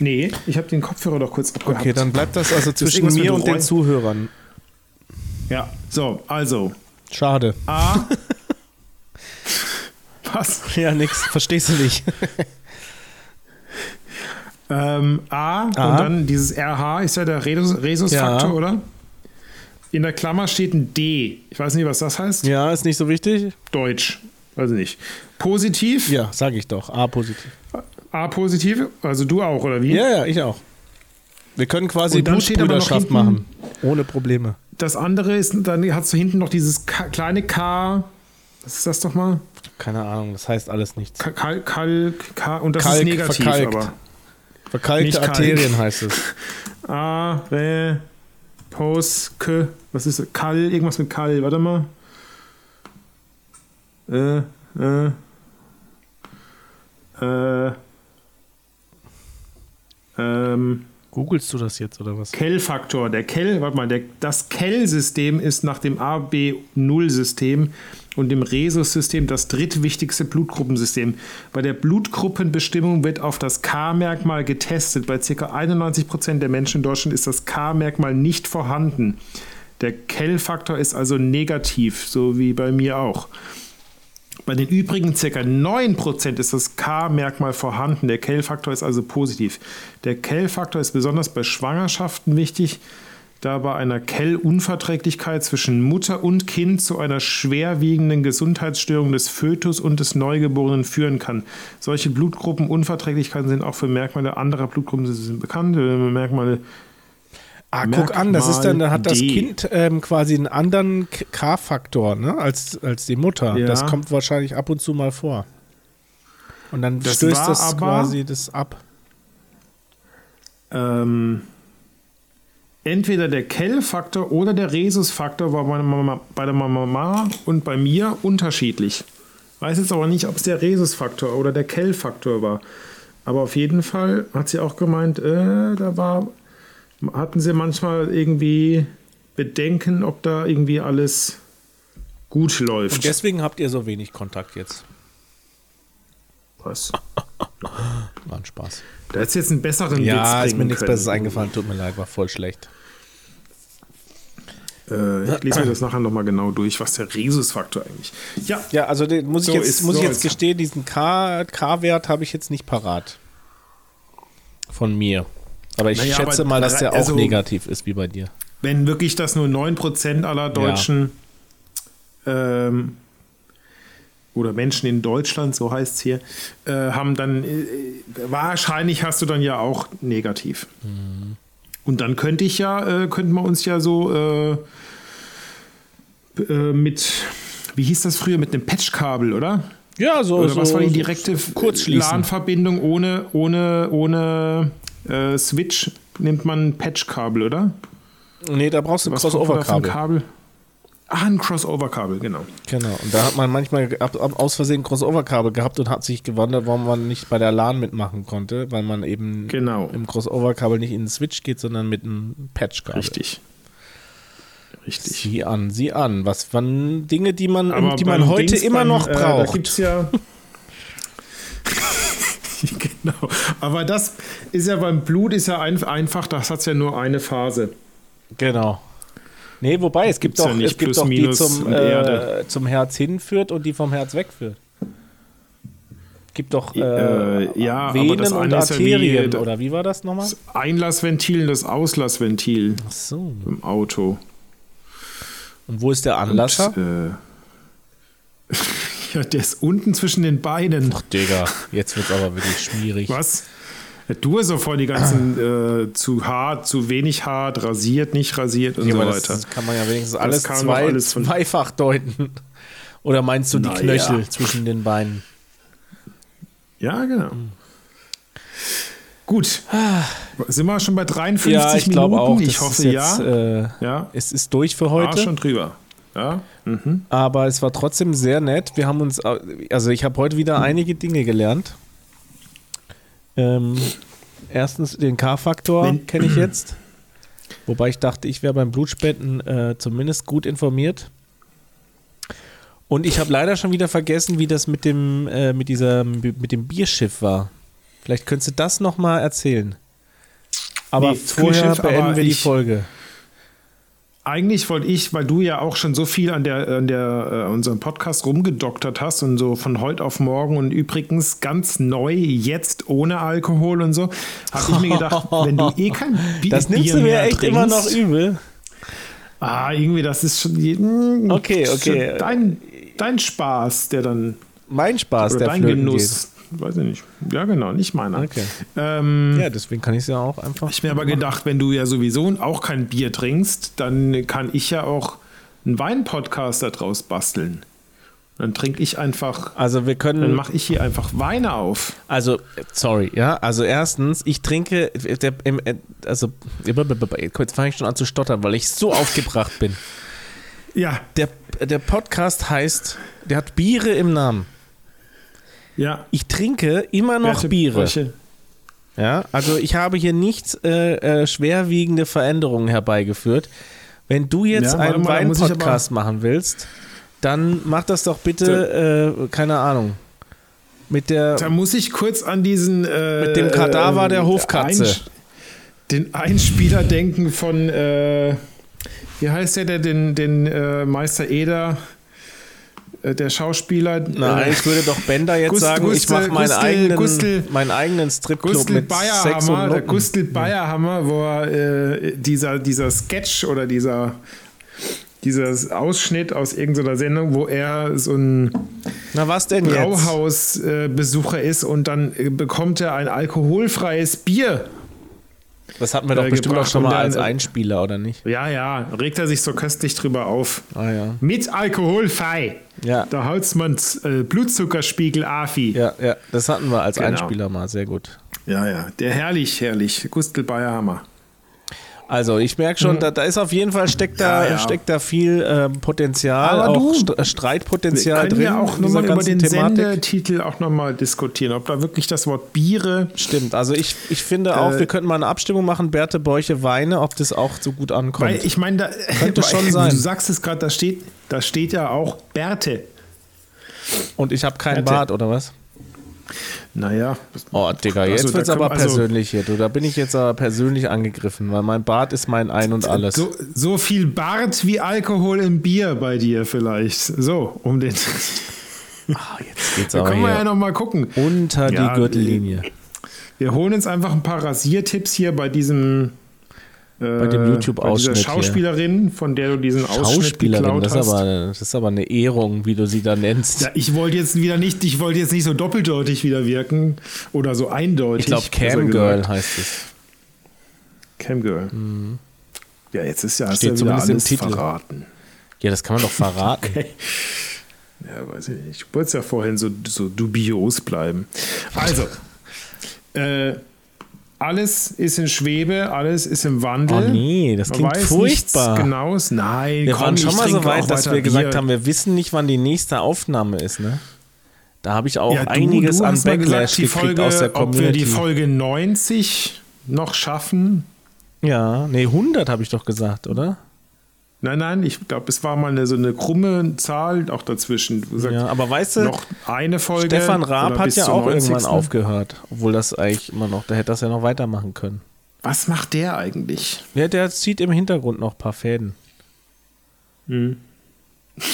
Nee, ich habe den Kopfhörer doch kurz abgehabt. Okay, dann bleibt das also zwischen irgendwas mir mit und den Räumen. Zuhörern. Ja, so, also. Schade. (laughs) A. Was? Ja, nix. Verstehst du nicht. Ähm, A, A. und dann dieses RH ist ja der Resus- Resus-Faktor, Ja. oder? In der Klammer steht ein D. Ich weiß nicht, was das heißt. Ja, ist nicht so wichtig? Deutsch. Also nicht. Positiv, Ja, sage ich doch. A-positiv. A-positiv, also du auch, oder wie? Ja, ja, ich auch. Wir können quasi Und dann steht aber noch Blutbrüderschaft hinten- machen. Ohne Probleme. Das andere ist, dann hast du hinten noch dieses K kleine K. Was ist das doch mal? Keine Ahnung, das heißt alles nichts. K Kalk, Kalk, K. Und das Kalk, ist negativ, verkalkt. aber. nicht Verkalkte kalt. Arterien heißt es. A, Re, Pos, K. Was ist das? Kal, irgendwas mit Kal. Warte mal. Äh, äh. Äh. Ähm. (laughs) Googlest du das jetzt oder was? Kell-Faktor. Der Kell, warte mal, der, das Kell-System ist nach dem AB0-System und dem Rhesus-System das drittwichtigste Blutgruppensystem. Bei der Blutgruppenbestimmung wird auf das K-Merkmal getestet. Bei ca. 91% der Menschen in Deutschland ist das K-Merkmal nicht vorhanden. Der Kell-Faktor ist also negativ, so wie bei mir auch. Bei den übrigen ca. 9% ist das K-Merkmal vorhanden. Der Kell-Faktor ist also positiv. Der Kell-Faktor ist besonders bei Schwangerschaften wichtig, da bei einer Kell-Unverträglichkeit zwischen Mutter und Kind zu einer schwerwiegenden Gesundheitsstörung des Fötus und des Neugeborenen führen kann. Solche Blutgruppenunverträglichkeiten sind auch für Merkmale anderer Blutgruppen bekannt. Äh, Merkmale Ah, guck an, das ist dann, da hat das Merkmal D. Kind ähm, quasi einen anderen K- K-Faktor, ne, als, als die Mutter. Ja. Das kommt wahrscheinlich ab und zu mal vor. Und dann Das stößt war das aber- quasi das ab. Ähm, entweder der Kell-Faktor oder der Rhesus-Faktor war bei, Mama, bei der Mama und bei mir unterschiedlich. Weiß jetzt aber nicht, ob es der Rhesus-Faktor oder der Kell-Faktor war. Aber auf jeden Fall hat sie auch gemeint, äh, da war, hatten sie manchmal irgendwie Bedenken, ob da irgendwie alles gut Und läuft. deswegen habt ihr so wenig Kontakt jetzt. Was? War ein Spaß. Da hättest du jetzt einen besseren Witz Ja, ist mir bringen nichts können. Besseres eingefallen. Tut mir leid, war voll schlecht. Äh, ich lese mir das nachher nochmal genau durch, was der Rhesus-Faktor eigentlich. Ja, Ja, also den muss ich So jetzt, ist- muss so ich jetzt ist- gestehen, diesen K- K-Wert habe ich jetzt nicht parat. Von mir. Aber ich Naja, schätze aber mal, dass der auch also- negativ ist, wie bei dir. wenn wirklich das nur 9% aller Deutschen ähm, oder Menschen in Deutschland, so heißt es hier, äh, haben dann, äh, wahrscheinlich hast du dann ja auch negativ. Und dann könnte ich ja, äh, könnten wir uns ja so äh, b- äh, mit, wie hieß das früher, mit einem Patchkabel, oder? Ja, so. Oder so, was war die Also so- direkte Kurzschließen. LAN-Verbindung ohne, ohne, ohne äh, Switch? Nimmt man ein Patchkabel, oder? Nee, da brauchst du ein Was kommt da für ein Crossover-Kabel. Kabel? Ah, ein Crossover-Kabel, genau. Genau. Und da hat man manchmal ab, ab, aus Versehen ein Crossover-Kabel gehabt und hat sich gewundert, warum man nicht bei der LAN mitmachen konnte, weil man eben Genau. im Crossover-Kabel nicht in den Switch geht, sondern mit einem Patch-Kabel. Richtig. Richtig. Sieh an, sieh an. Was waren Dinge, die man, Aber die man beim heute Dings, immer beim, noch äh, Da braucht? (laughs) gibt's ja. genau. Aber das ist ja beim Blut ist ja ein, einfach, das hat ja nur eine Phase. Genau. Nee, wobei, es gibt Gibt's ja auch, nicht, es gibt plus, auch die minus zum, und äh, Erde. zum Herz hinführt und die vom Herz wegführt. Gibt doch äh, Äh, ja, aber Venen das und eine ist ja wie- Arterien, oder wie war das nochmal? Das Einlassventil und das Auslassventil Ach so. im Auto. Und wo ist der Anlasser? Äh, (laughs) ja, der ist unten zwischen den Beinen. Digga, jetzt wird's aber wirklich schwierig. Was? Du hast doch vorhin (clears throat) die ganzen äh, zu hart, zu wenig hart, rasiert, nicht rasiert und Ja, so aber weiter. das kann man ja wenigstens alles, kam doch zwei, alles von- zweifach deuten. (laughs) Oder meinst du die Na ja. Knöchel zwischen den Beinen? ja, genau. Gut. Sind wir schon bei 53 Ah. ja, ich Minuten? glaube auch. ich das hoffe ist jetzt, ja. Äh, ja. es ist durch für heute. Arsch und drüber. Ja. Mhm. Aber es war trotzdem sehr nett. Wir haben uns, also ich habe heute Hm. wieder einige Dinge gelernt. Ähm, erstens den K-Faktor Wenn- kenne ich jetzt. Wobei ich dachte, ich wäre beim Blutspenden äh, zumindest gut informiert. Und ich habe leider schon wieder vergessen, wie das mit dem, äh, mit dieser, mit dem Bierschiff war. Vielleicht könntest du das nochmal erzählen. Aber Nee, vorher Kühlschiff, aber beenden wir die ich- Folge. Eigentlich wollte ich, weil du ja auch schon so viel an der, an der äh, unserem Podcast rumgedoktert hast und so von heute auf morgen und übrigens ganz neu jetzt ohne Alkohol und so, habe ich mir gedacht, (laughs) wenn du eh kein Bi- Bier Das nimmst du mir mehr echt immer noch trinkst- übel. Ah, irgendwie, das ist schon je- mm, Okay, schon okay. Dein, dein Spaß, der dann Mein Spaß, oder der dein flöten Genuss, weiß ich nicht. Ja, genau, nicht meiner. Okay. Ähm, geht. Ja, deswegen kann ich es ja auch einfach. Ich mir aber gedacht, wenn du ja sowieso auch kein Bier trinkst, dann kann ich ja auch einen Wein-Podcast daraus basteln. Dann trinke ich einfach, Also wir dann können, mache ich hier einfach Weine auf. also äh, sorry, ja, also erstens, ich trinke, äh, der, im, äh, also jetzt fange ich schon an zu stottern, weil ich so aufgebracht bin. Ja, Der, der Podcast heißt, der hat Biere im Namen. ja. Ich trinke immer noch Werte Biere. Bräuche. Ja, also ich habe hier nichts äh, äh, schwerwiegende Veränderungen herbeigeführt. Wenn du jetzt Ja, warte einen mal, da muss ich Wein-Podcast machen willst, dann mach das doch bitte, äh, keine Ahnung, mit der Da muss ich kurz an diesen äh, Mit dem Kadaver äh, der Hofkatze. Einsch- den Einspieler denken von äh, wie heißt der, der den, den äh, Meister Eder, äh, der Schauspieler. Nein, äh, ich würde doch Bender jetzt Gust- sagen, ich Gustl- mache meinen Gustl- eigenen, Gustl- meinen eigenen Stripclub Gustl mit Sex und Bayerhammer, der Noten. Gustl Bayerhammer, wo er, äh, dieser, dieser Sketch oder dieser, dieser Ausschnitt aus irgendeiner Sendung, wo er so ein Na was denn jetzt? Brauhausbesucher ist und dann äh, bekommt er ein alkoholfreies Bier. Das hatten wir doch äh, bestimmt auch gebracht schon und mal dann- als Einspieler, oder nicht? Ja, ja, regt er sich so köstlich drüber auf. Ah ja. Mit alkoholfrei. Ja, Da haut's man's äh, Blutzuckerspiegel AFI. ja, ja. das hatten wir als Genau. Einspieler mal, sehr gut. ja, ja, der herrlich, herrlich. Gustl Bayerhammer. Also ich merke schon, da, da ist auf jeden Fall, steckt da, Ja, ja. Steckt da viel ähm, Potenzial, Aber auch du, St- Streitpotenzial können drin wir auch in dieser nochmal über ganzen den Thematik. Sendetitel auch nochmal diskutieren, ob da wirklich das Wort Biere. Stimmt, also ich, ich finde auch, Äh, wir könnten mal eine Abstimmung machen, Berthe Bäuche Weine, ob das auch so gut ankommt. Weil ich meine, da, (laughs) Könnte schon sein. du sagst es gerade, da steht, da steht ja auch Bärte. Und ich habe keinen Berthe. Bart, oder was? Naja, Oh, Digga, jetzt Also, da wird's können- aber also- persönlich hier. Du, da bin ich jetzt aber persönlich angegriffen, weil mein Bart ist mein Ein und Alles. so, so viel Bart wie Alkohol im Bier bei dir vielleicht. So, um den. Ah, jetzt geht's (laughs) Da aber können wir ja hier nochmal gucken. unter Ja, äh, die Gürtellinie. Wir holen uns einfach ein paar Rasiertipps hier bei diesem. äh, Bei dem YouTube-Ausschnitt hier. Schauspielerin, von der du diesen Ausschnitt Schauspielerin, geklaut das hast. ist, aber, das ist aber eine Ehrung, wie du sie da nennst. Ja, ich wollte jetzt wieder nicht, ich wollte jetzt nicht so doppeldeutig wieder wirken oder so ich eindeutig. glaube, besser Cam gesagt. Girl heißt es. Cam Girl. Ja, jetzt ist ja, hast Mhm. Steht du ja wieder zumindest im alles Titel. verraten. Ja, das kann (laughs) man doch verraten. Ja, weiß ich nicht. Ich wollte es ja vorhin so, so dubios bleiben. (laughs) Also, äh, alles ist in Schwebe, alles ist im Wandel. Oh nee, das Man klingt weiß furchtbar. nichts Genaues. Nein, Wir komm, waren schon ich mal so trinke weit, auch dass weiter wir gesagt Bier. haben, wir wissen nicht, wann die nächste Aufnahme ist, ne? Da habe ich auch Ja, du- oh, einiges du an hast mal Backlash die gekriegt Folge, aus der Ob wir die Community. Folge 90 noch schaffen, ja, nee, 100 habe ich doch gesagt, oder? Nein, nein, ich glaube, es war mal eine, so eine krumme Zahl auch dazwischen. Du sagst, Ja, aber weißt du, noch eine Folge. Stefan Raab oder hat bis ja zur auch 90. irgendwann aufgehört, obwohl das eigentlich immer noch, da hätte das ja noch weitermachen können. Was macht der eigentlich? (laughs) Ja, der zieht im Hintergrund noch ein paar Fäden.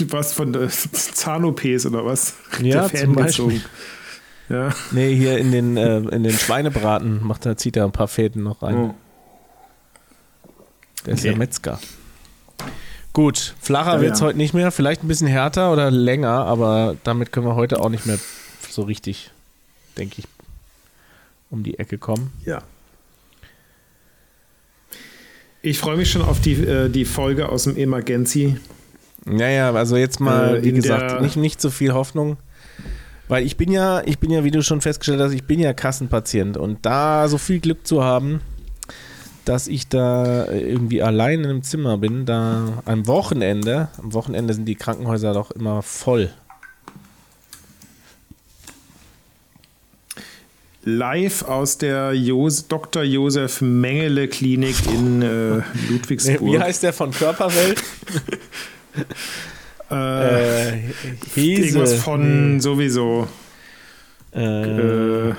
Was von der Zahn-OPs oder was? Ja, Der Fan zum Beispiel. gezogen. Ja. Nee, hier in den, äh, in den Schweinebraten macht er, zieht er ein paar Fäden noch rein. Oh. Der ist Okay. ja Metzger. Gut, flacher Ja, wird es ja. heute nicht mehr, vielleicht ein bisschen härter oder länger, aber damit können wir heute auch nicht mehr so richtig, denke ich, um die Ecke kommen. ja. Ich freue mich schon auf die, äh, die Folge aus dem Emergency. Naja, also jetzt mal, Äh, wie in gesagt, der- nicht, nicht so viel Hoffnung. Weil ich bin ja, ich bin ja, wie du schon festgestellt hast, ich bin ja Kassenpatient und da so viel Glück zu haben, dass ich da irgendwie allein in einem Zimmer bin, da am Wochenende, am Wochenende sind die Krankenhäuser doch immer voll. Live aus der Jos Dr. Josef Mengele Klinik in äh, Nee, Ludwigsburg. (laughs) Wie heißt der von Körperwelt? äh, (laughs) äh, Hese. irgendwas von sowieso. Äh, Äh,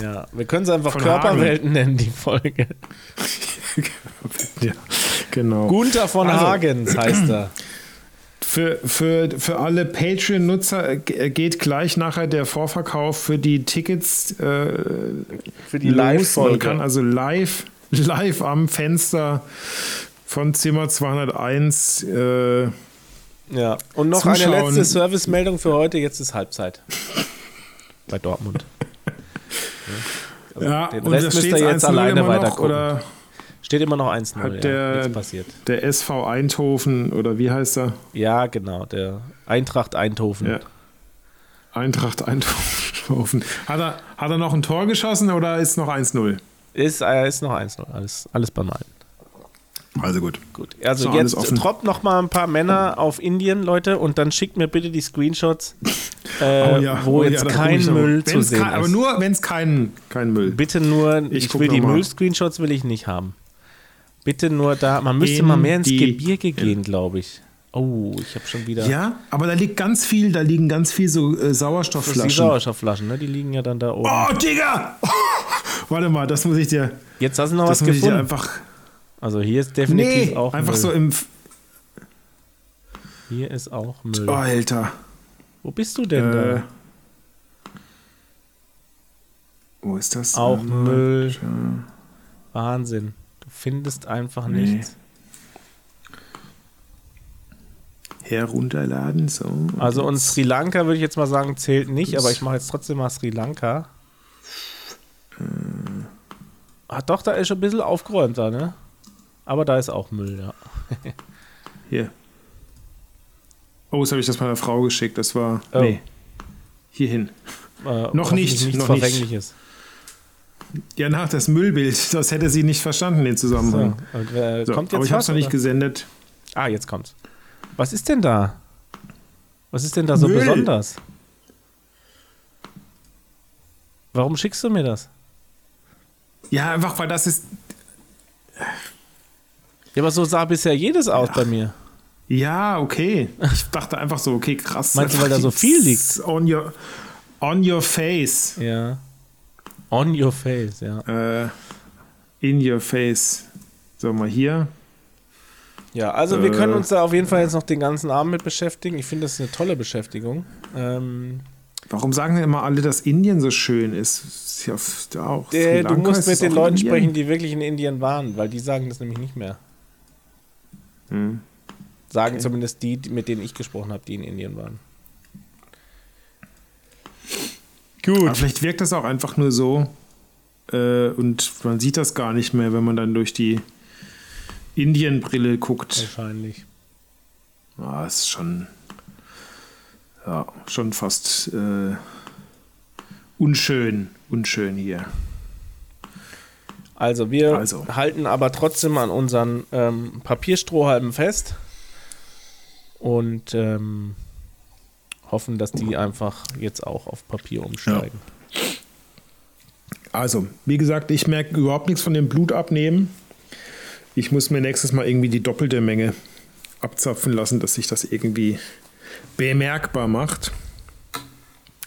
ja, wir können es einfach von Körperwelten nennen, die Folge. ja, genau. Gunther von Also. Hagens heißt er. Für, für, für alle Patreon-Nutzer äh, g- geht gleich nachher der Vorverkauf für die Tickets äh, Für die los. Man kann Live-Folge. also live, live am Fenster von Zimmer 201 Also äh, Ja. Und noch eine zuschauen. letzte Servicemeldung für heute. Jetzt ist (laughs) Halbzeit. Bei Dortmund. ja, den und Rest das müsst ihr steht's jetzt 1-0 alleine immer noch, weitergucken. Oder Steht immer noch 1-0. Hat Ja, der- nichts passiert. der SV Eindhoven oder wie heißt er? Ja, genau. Der Eintracht Eindhoven. Ja. Eintracht Eindhoven. Hat er, hat er noch ein Tor geschossen oder ist noch 1-0? Ist, äh, ist noch 1-0. Alles, alles beim Alten. Also gut. Gut. Also noch alles jetzt offen. droppt noch mal ein paar Männer auf Indien, Leute, und dann schickt mir bitte die (laughs) Screenshots, Oh äh, wo jetzt da guck kein ich noch. Müll Wenn's zu sehen kein, ist. Aber nur, wenn es keinen kein Müll Bitte nur, ich, Ich guck will noch die mal. Müll-Screenshots will ich nicht haben. Bitte nur da, man müsste In mal mehr ins die- Gebirge gehen, glaube ich. Oh, ich habe schon wieder Ja, aber da liegt ganz viel, da liegen ganz viel so äh, Das sind die Sauerstoffflaschen. Sauerstoffflaschen, ne? Die liegen ja dann da oben. Oh, Digga! (laughs) Warte mal, das muss ich dir, Jetzt hast du noch das was muss ich dir gefunden. einfach. also hier ist definitiv Nee, auch einfach Müll. so im. F- Hier ist auch Müll. Oh, Alter. Wo bist du denn Äh, da? wo ist das? Auch Ähm, Müll. äh, Wahnsinn. Du findest einfach Nee. nichts. Herunterladen, so. Also und Sri Lanka würde ich jetzt mal sagen, zählt nicht, aber ich mache jetzt trotzdem mal Sri Lanka. Äh. Ah, doch, da ist schon ein bisschen aufgeräumter, ne? Aber da ist auch Müll, ja. Hier. Oh, das habe ich das meiner Frau geschickt, das war. Oh. Nee. Hierhin. Äh, Noch nicht, hoffentlich nichts noch nicht. Verfängliches. Ja, nach das Müllbild, (laughs) das hätte sie nicht verstanden, den So. Zusammenhang. Und, äh, Mhm. So, kommt jetzt aber ich habe was, es noch nicht oder? gesendet. Ah, jetzt kommt's. Was ist denn da? Was ist denn da so Müll. besonders? Warum schickst du mir das? Ja, einfach, weil das ist. Ja, aber so sah bisher jedes aus bei mir. Ja, okay. Ich dachte einfach so, okay, krass. Meinst du, weil da so viel liegt? On your, on your face. Ja. On your face, ja. Äh, in your face. So, mal hier. Ja, also wir können Äh, uns da auf jeden Fall jetzt noch den ganzen Abend mit beschäftigen. Ich finde, das ist eine tolle Beschäftigung. Ähm, Warum sagen denn immer alle, dass Indien so schön ist? Ist Ja, f- da auch. Sri äh, du Lanka musst ist mit es den auch Leuten Indien? sprechen, die wirklich in Indien waren, weil die sagen das nämlich nicht mehr. Hm. Sagen zumindest die, die- mit denen ich gesprochen habe, die in Indien waren. Aber Gut. vielleicht wirkt das auch einfach nur so äh, und man sieht das gar nicht mehr, wenn man dann durch die Indienbrille guckt. Wahrscheinlich. Ah, ist schon, ja, schon fast äh, unschön, unschön hier. Also wir Also. halten aber trotzdem an unseren ähm, Papierstrohhalmen fest und ähm, hoffen, dass die einfach jetzt auch auf Papier umsteigen. Also, wie gesagt, ich merke überhaupt nichts von dem Blut abnehmen. Ich muss mir nächstes Mal irgendwie die doppelte Menge abzapfen lassen, dass sich das irgendwie bemerkbar macht.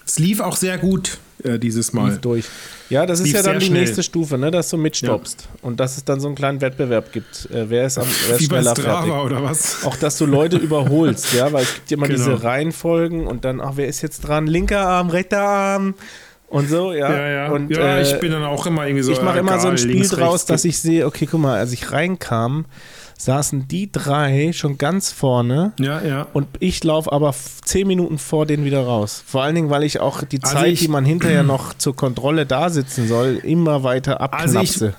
Es lief auch sehr gut äh, dieses Mal. Lief durch. Ja, das ist Lief ja dann sehr die schnell. nächste Stufe, ne, dass du mitstoppst und dass es dann so einen kleinen Wettbewerb gibt. Äh, wer ist am wer ist Wie bei schneller Strava fertig? oder was? Auch, dass du Leute überholst, ja, weil es gibt ja immer Genau. diese Reihenfolgen und dann, ach, wer ist jetzt dran? Linker Arm, rechter Arm und so, ja. Ja, ja. Und, ja, äh, ich bin dann auch immer irgendwie so. ich mache äh, immer so ein egal, Spiel links, draus, rechts. dass ich sehe, okay, guck mal, als ich reinkam, saßen die drei schon ganz vorne Ja, ja. und ich laufe aber f- zehn Minuten vor denen wieder raus. Vor allen Dingen, weil ich auch die Also Zeit, ich- die man hinterher noch zur Kontrolle da sitzen soll, immer weiter Also ich- abknapse.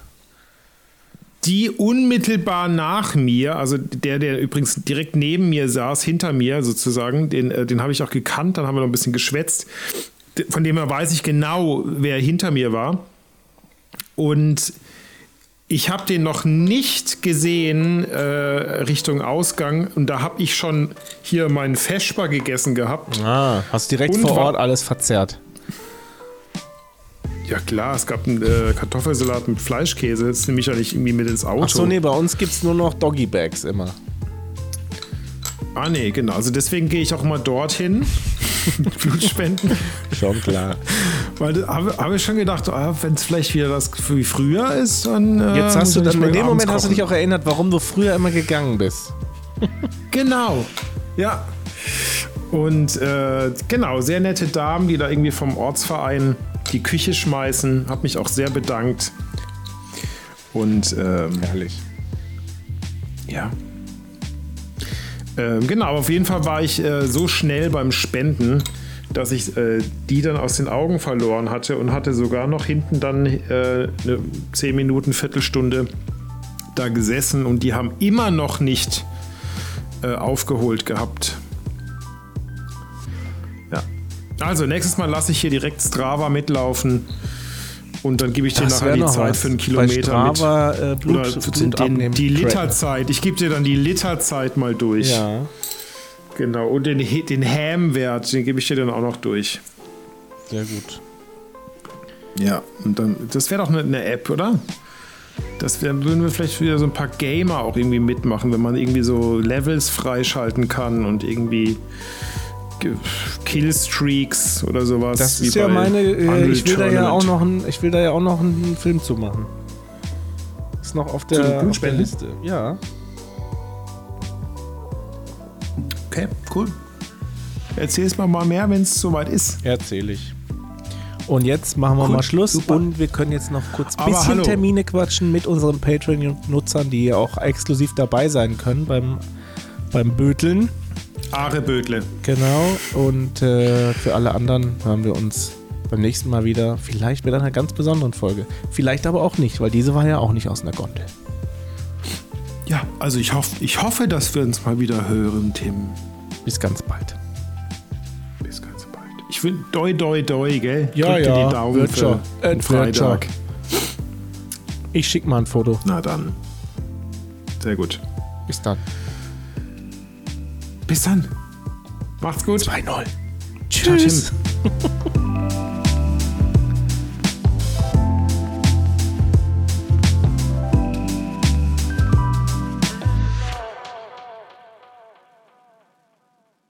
Die unmittelbar nach mir, also der, der übrigens direkt neben mir saß, hinter mir sozusagen, den, äh, den habe ich auch gekannt, dann haben wir noch ein bisschen geschwätzt. D- Von dem her weiß ich genau, wer hinter mir war. Und Ich habe den noch nicht gesehen äh, Richtung Ausgang und da habe ich schon hier meinen Feschbar gegessen gehabt. Ah, hast direkt Und vor wa- Ort alles verzerrt. Ja klar, es gab einen äh, Kartoffelsalat mit Fleischkäse, das nehme ich ja nicht irgendwie mit ins Auto. Ach so, nee, bei uns gibt es nur noch Doggy-Bags immer. Ah nee, genau. Also deswegen gehe ich auch immer dorthin. (laughs) Blutspenden. Schon klar. Weil da habe hab ich schon gedacht, ah, wenn es vielleicht wieder das wie früher ist, dann. (laughs) äh, Jetzt muss hast du ich dann, mal in dem abends Moment hast du kochen. dich auch erinnert, warum du früher immer gegangen bist. Genau. Ja. Und äh, genau, sehr nette Damen, die da irgendwie vom Ortsverein die Küche schmeißen. Hab mich auch sehr bedankt. Und ähm, Herrlich. ja. Ähm, genau, aber auf jeden Fall war ich äh, so schnell beim Spenden, dass ich äh, die dann aus den Augen verloren hatte und hatte sogar noch hinten dann äh, eine 10 Minuten, Viertelstunde da gesessen und die haben immer noch nicht äh, aufgeholt gehabt. Ja. Also, nächstes Mal lasse ich hier direkt Strava mitlaufen und dann gebe ich dir nachher die Zeit für einen Kilometer Bei mit. Strava, äh, Blut, Oder Blut den, den, abnehmen. die Track. Literzeit. Ich gebe dir dann die Literzeit mal durch. Ja. Genau. Und den, He- den Ham-Wert, den gebe ich dir dann auch noch durch. Sehr gut. Ja. Und dann, das wäre doch eine, eine App, oder? Das wär, würden wir vielleicht wieder so ein paar Gamer auch irgendwie mitmachen, wenn man irgendwie so Levels freischalten kann und irgendwie Ge- Killstreaks oder sowas. Das wie ist ja bei meine. Äh, Unreal ich will da ja Tournament. auch noch einen. Ich will da ja auch noch einen Film zu machen. Ist noch auf Zu den der, auf der Blutspenden? Liste. Ja. Okay, cool. Erzähl es mal mal mehr, wenn es soweit ist. Erzähle ich. Und jetzt machen wir Gut, mal Schluss super. und wir können jetzt noch kurz ein Aber bisschen hallo. Termine quatschen mit unseren Patreon-Nutzern, die ja auch exklusiv dabei sein können beim, beim Böteln. Arebödle. Genau. Und äh, für alle anderen haben wir uns beim nächsten Mal wieder, vielleicht mit einer ganz besonderen Folge. Vielleicht aber auch nicht, weil diese war ja auch nicht aus einer Gondel. Ja, also ich, hoff, ich hoffe, dass wir uns mal wieder hören, Tim. Bis ganz bald. Bis ganz bald. Ich will doi doi doi, gell? Ja, Drück dir ja, die Daumen wird für schon. Äh, wird Freitag. Ich schick mal ein Foto. Na dann. Sehr gut. Bis dann. Bis dann. Macht's gut. 2-0. Ciao, Tschüss. Tim.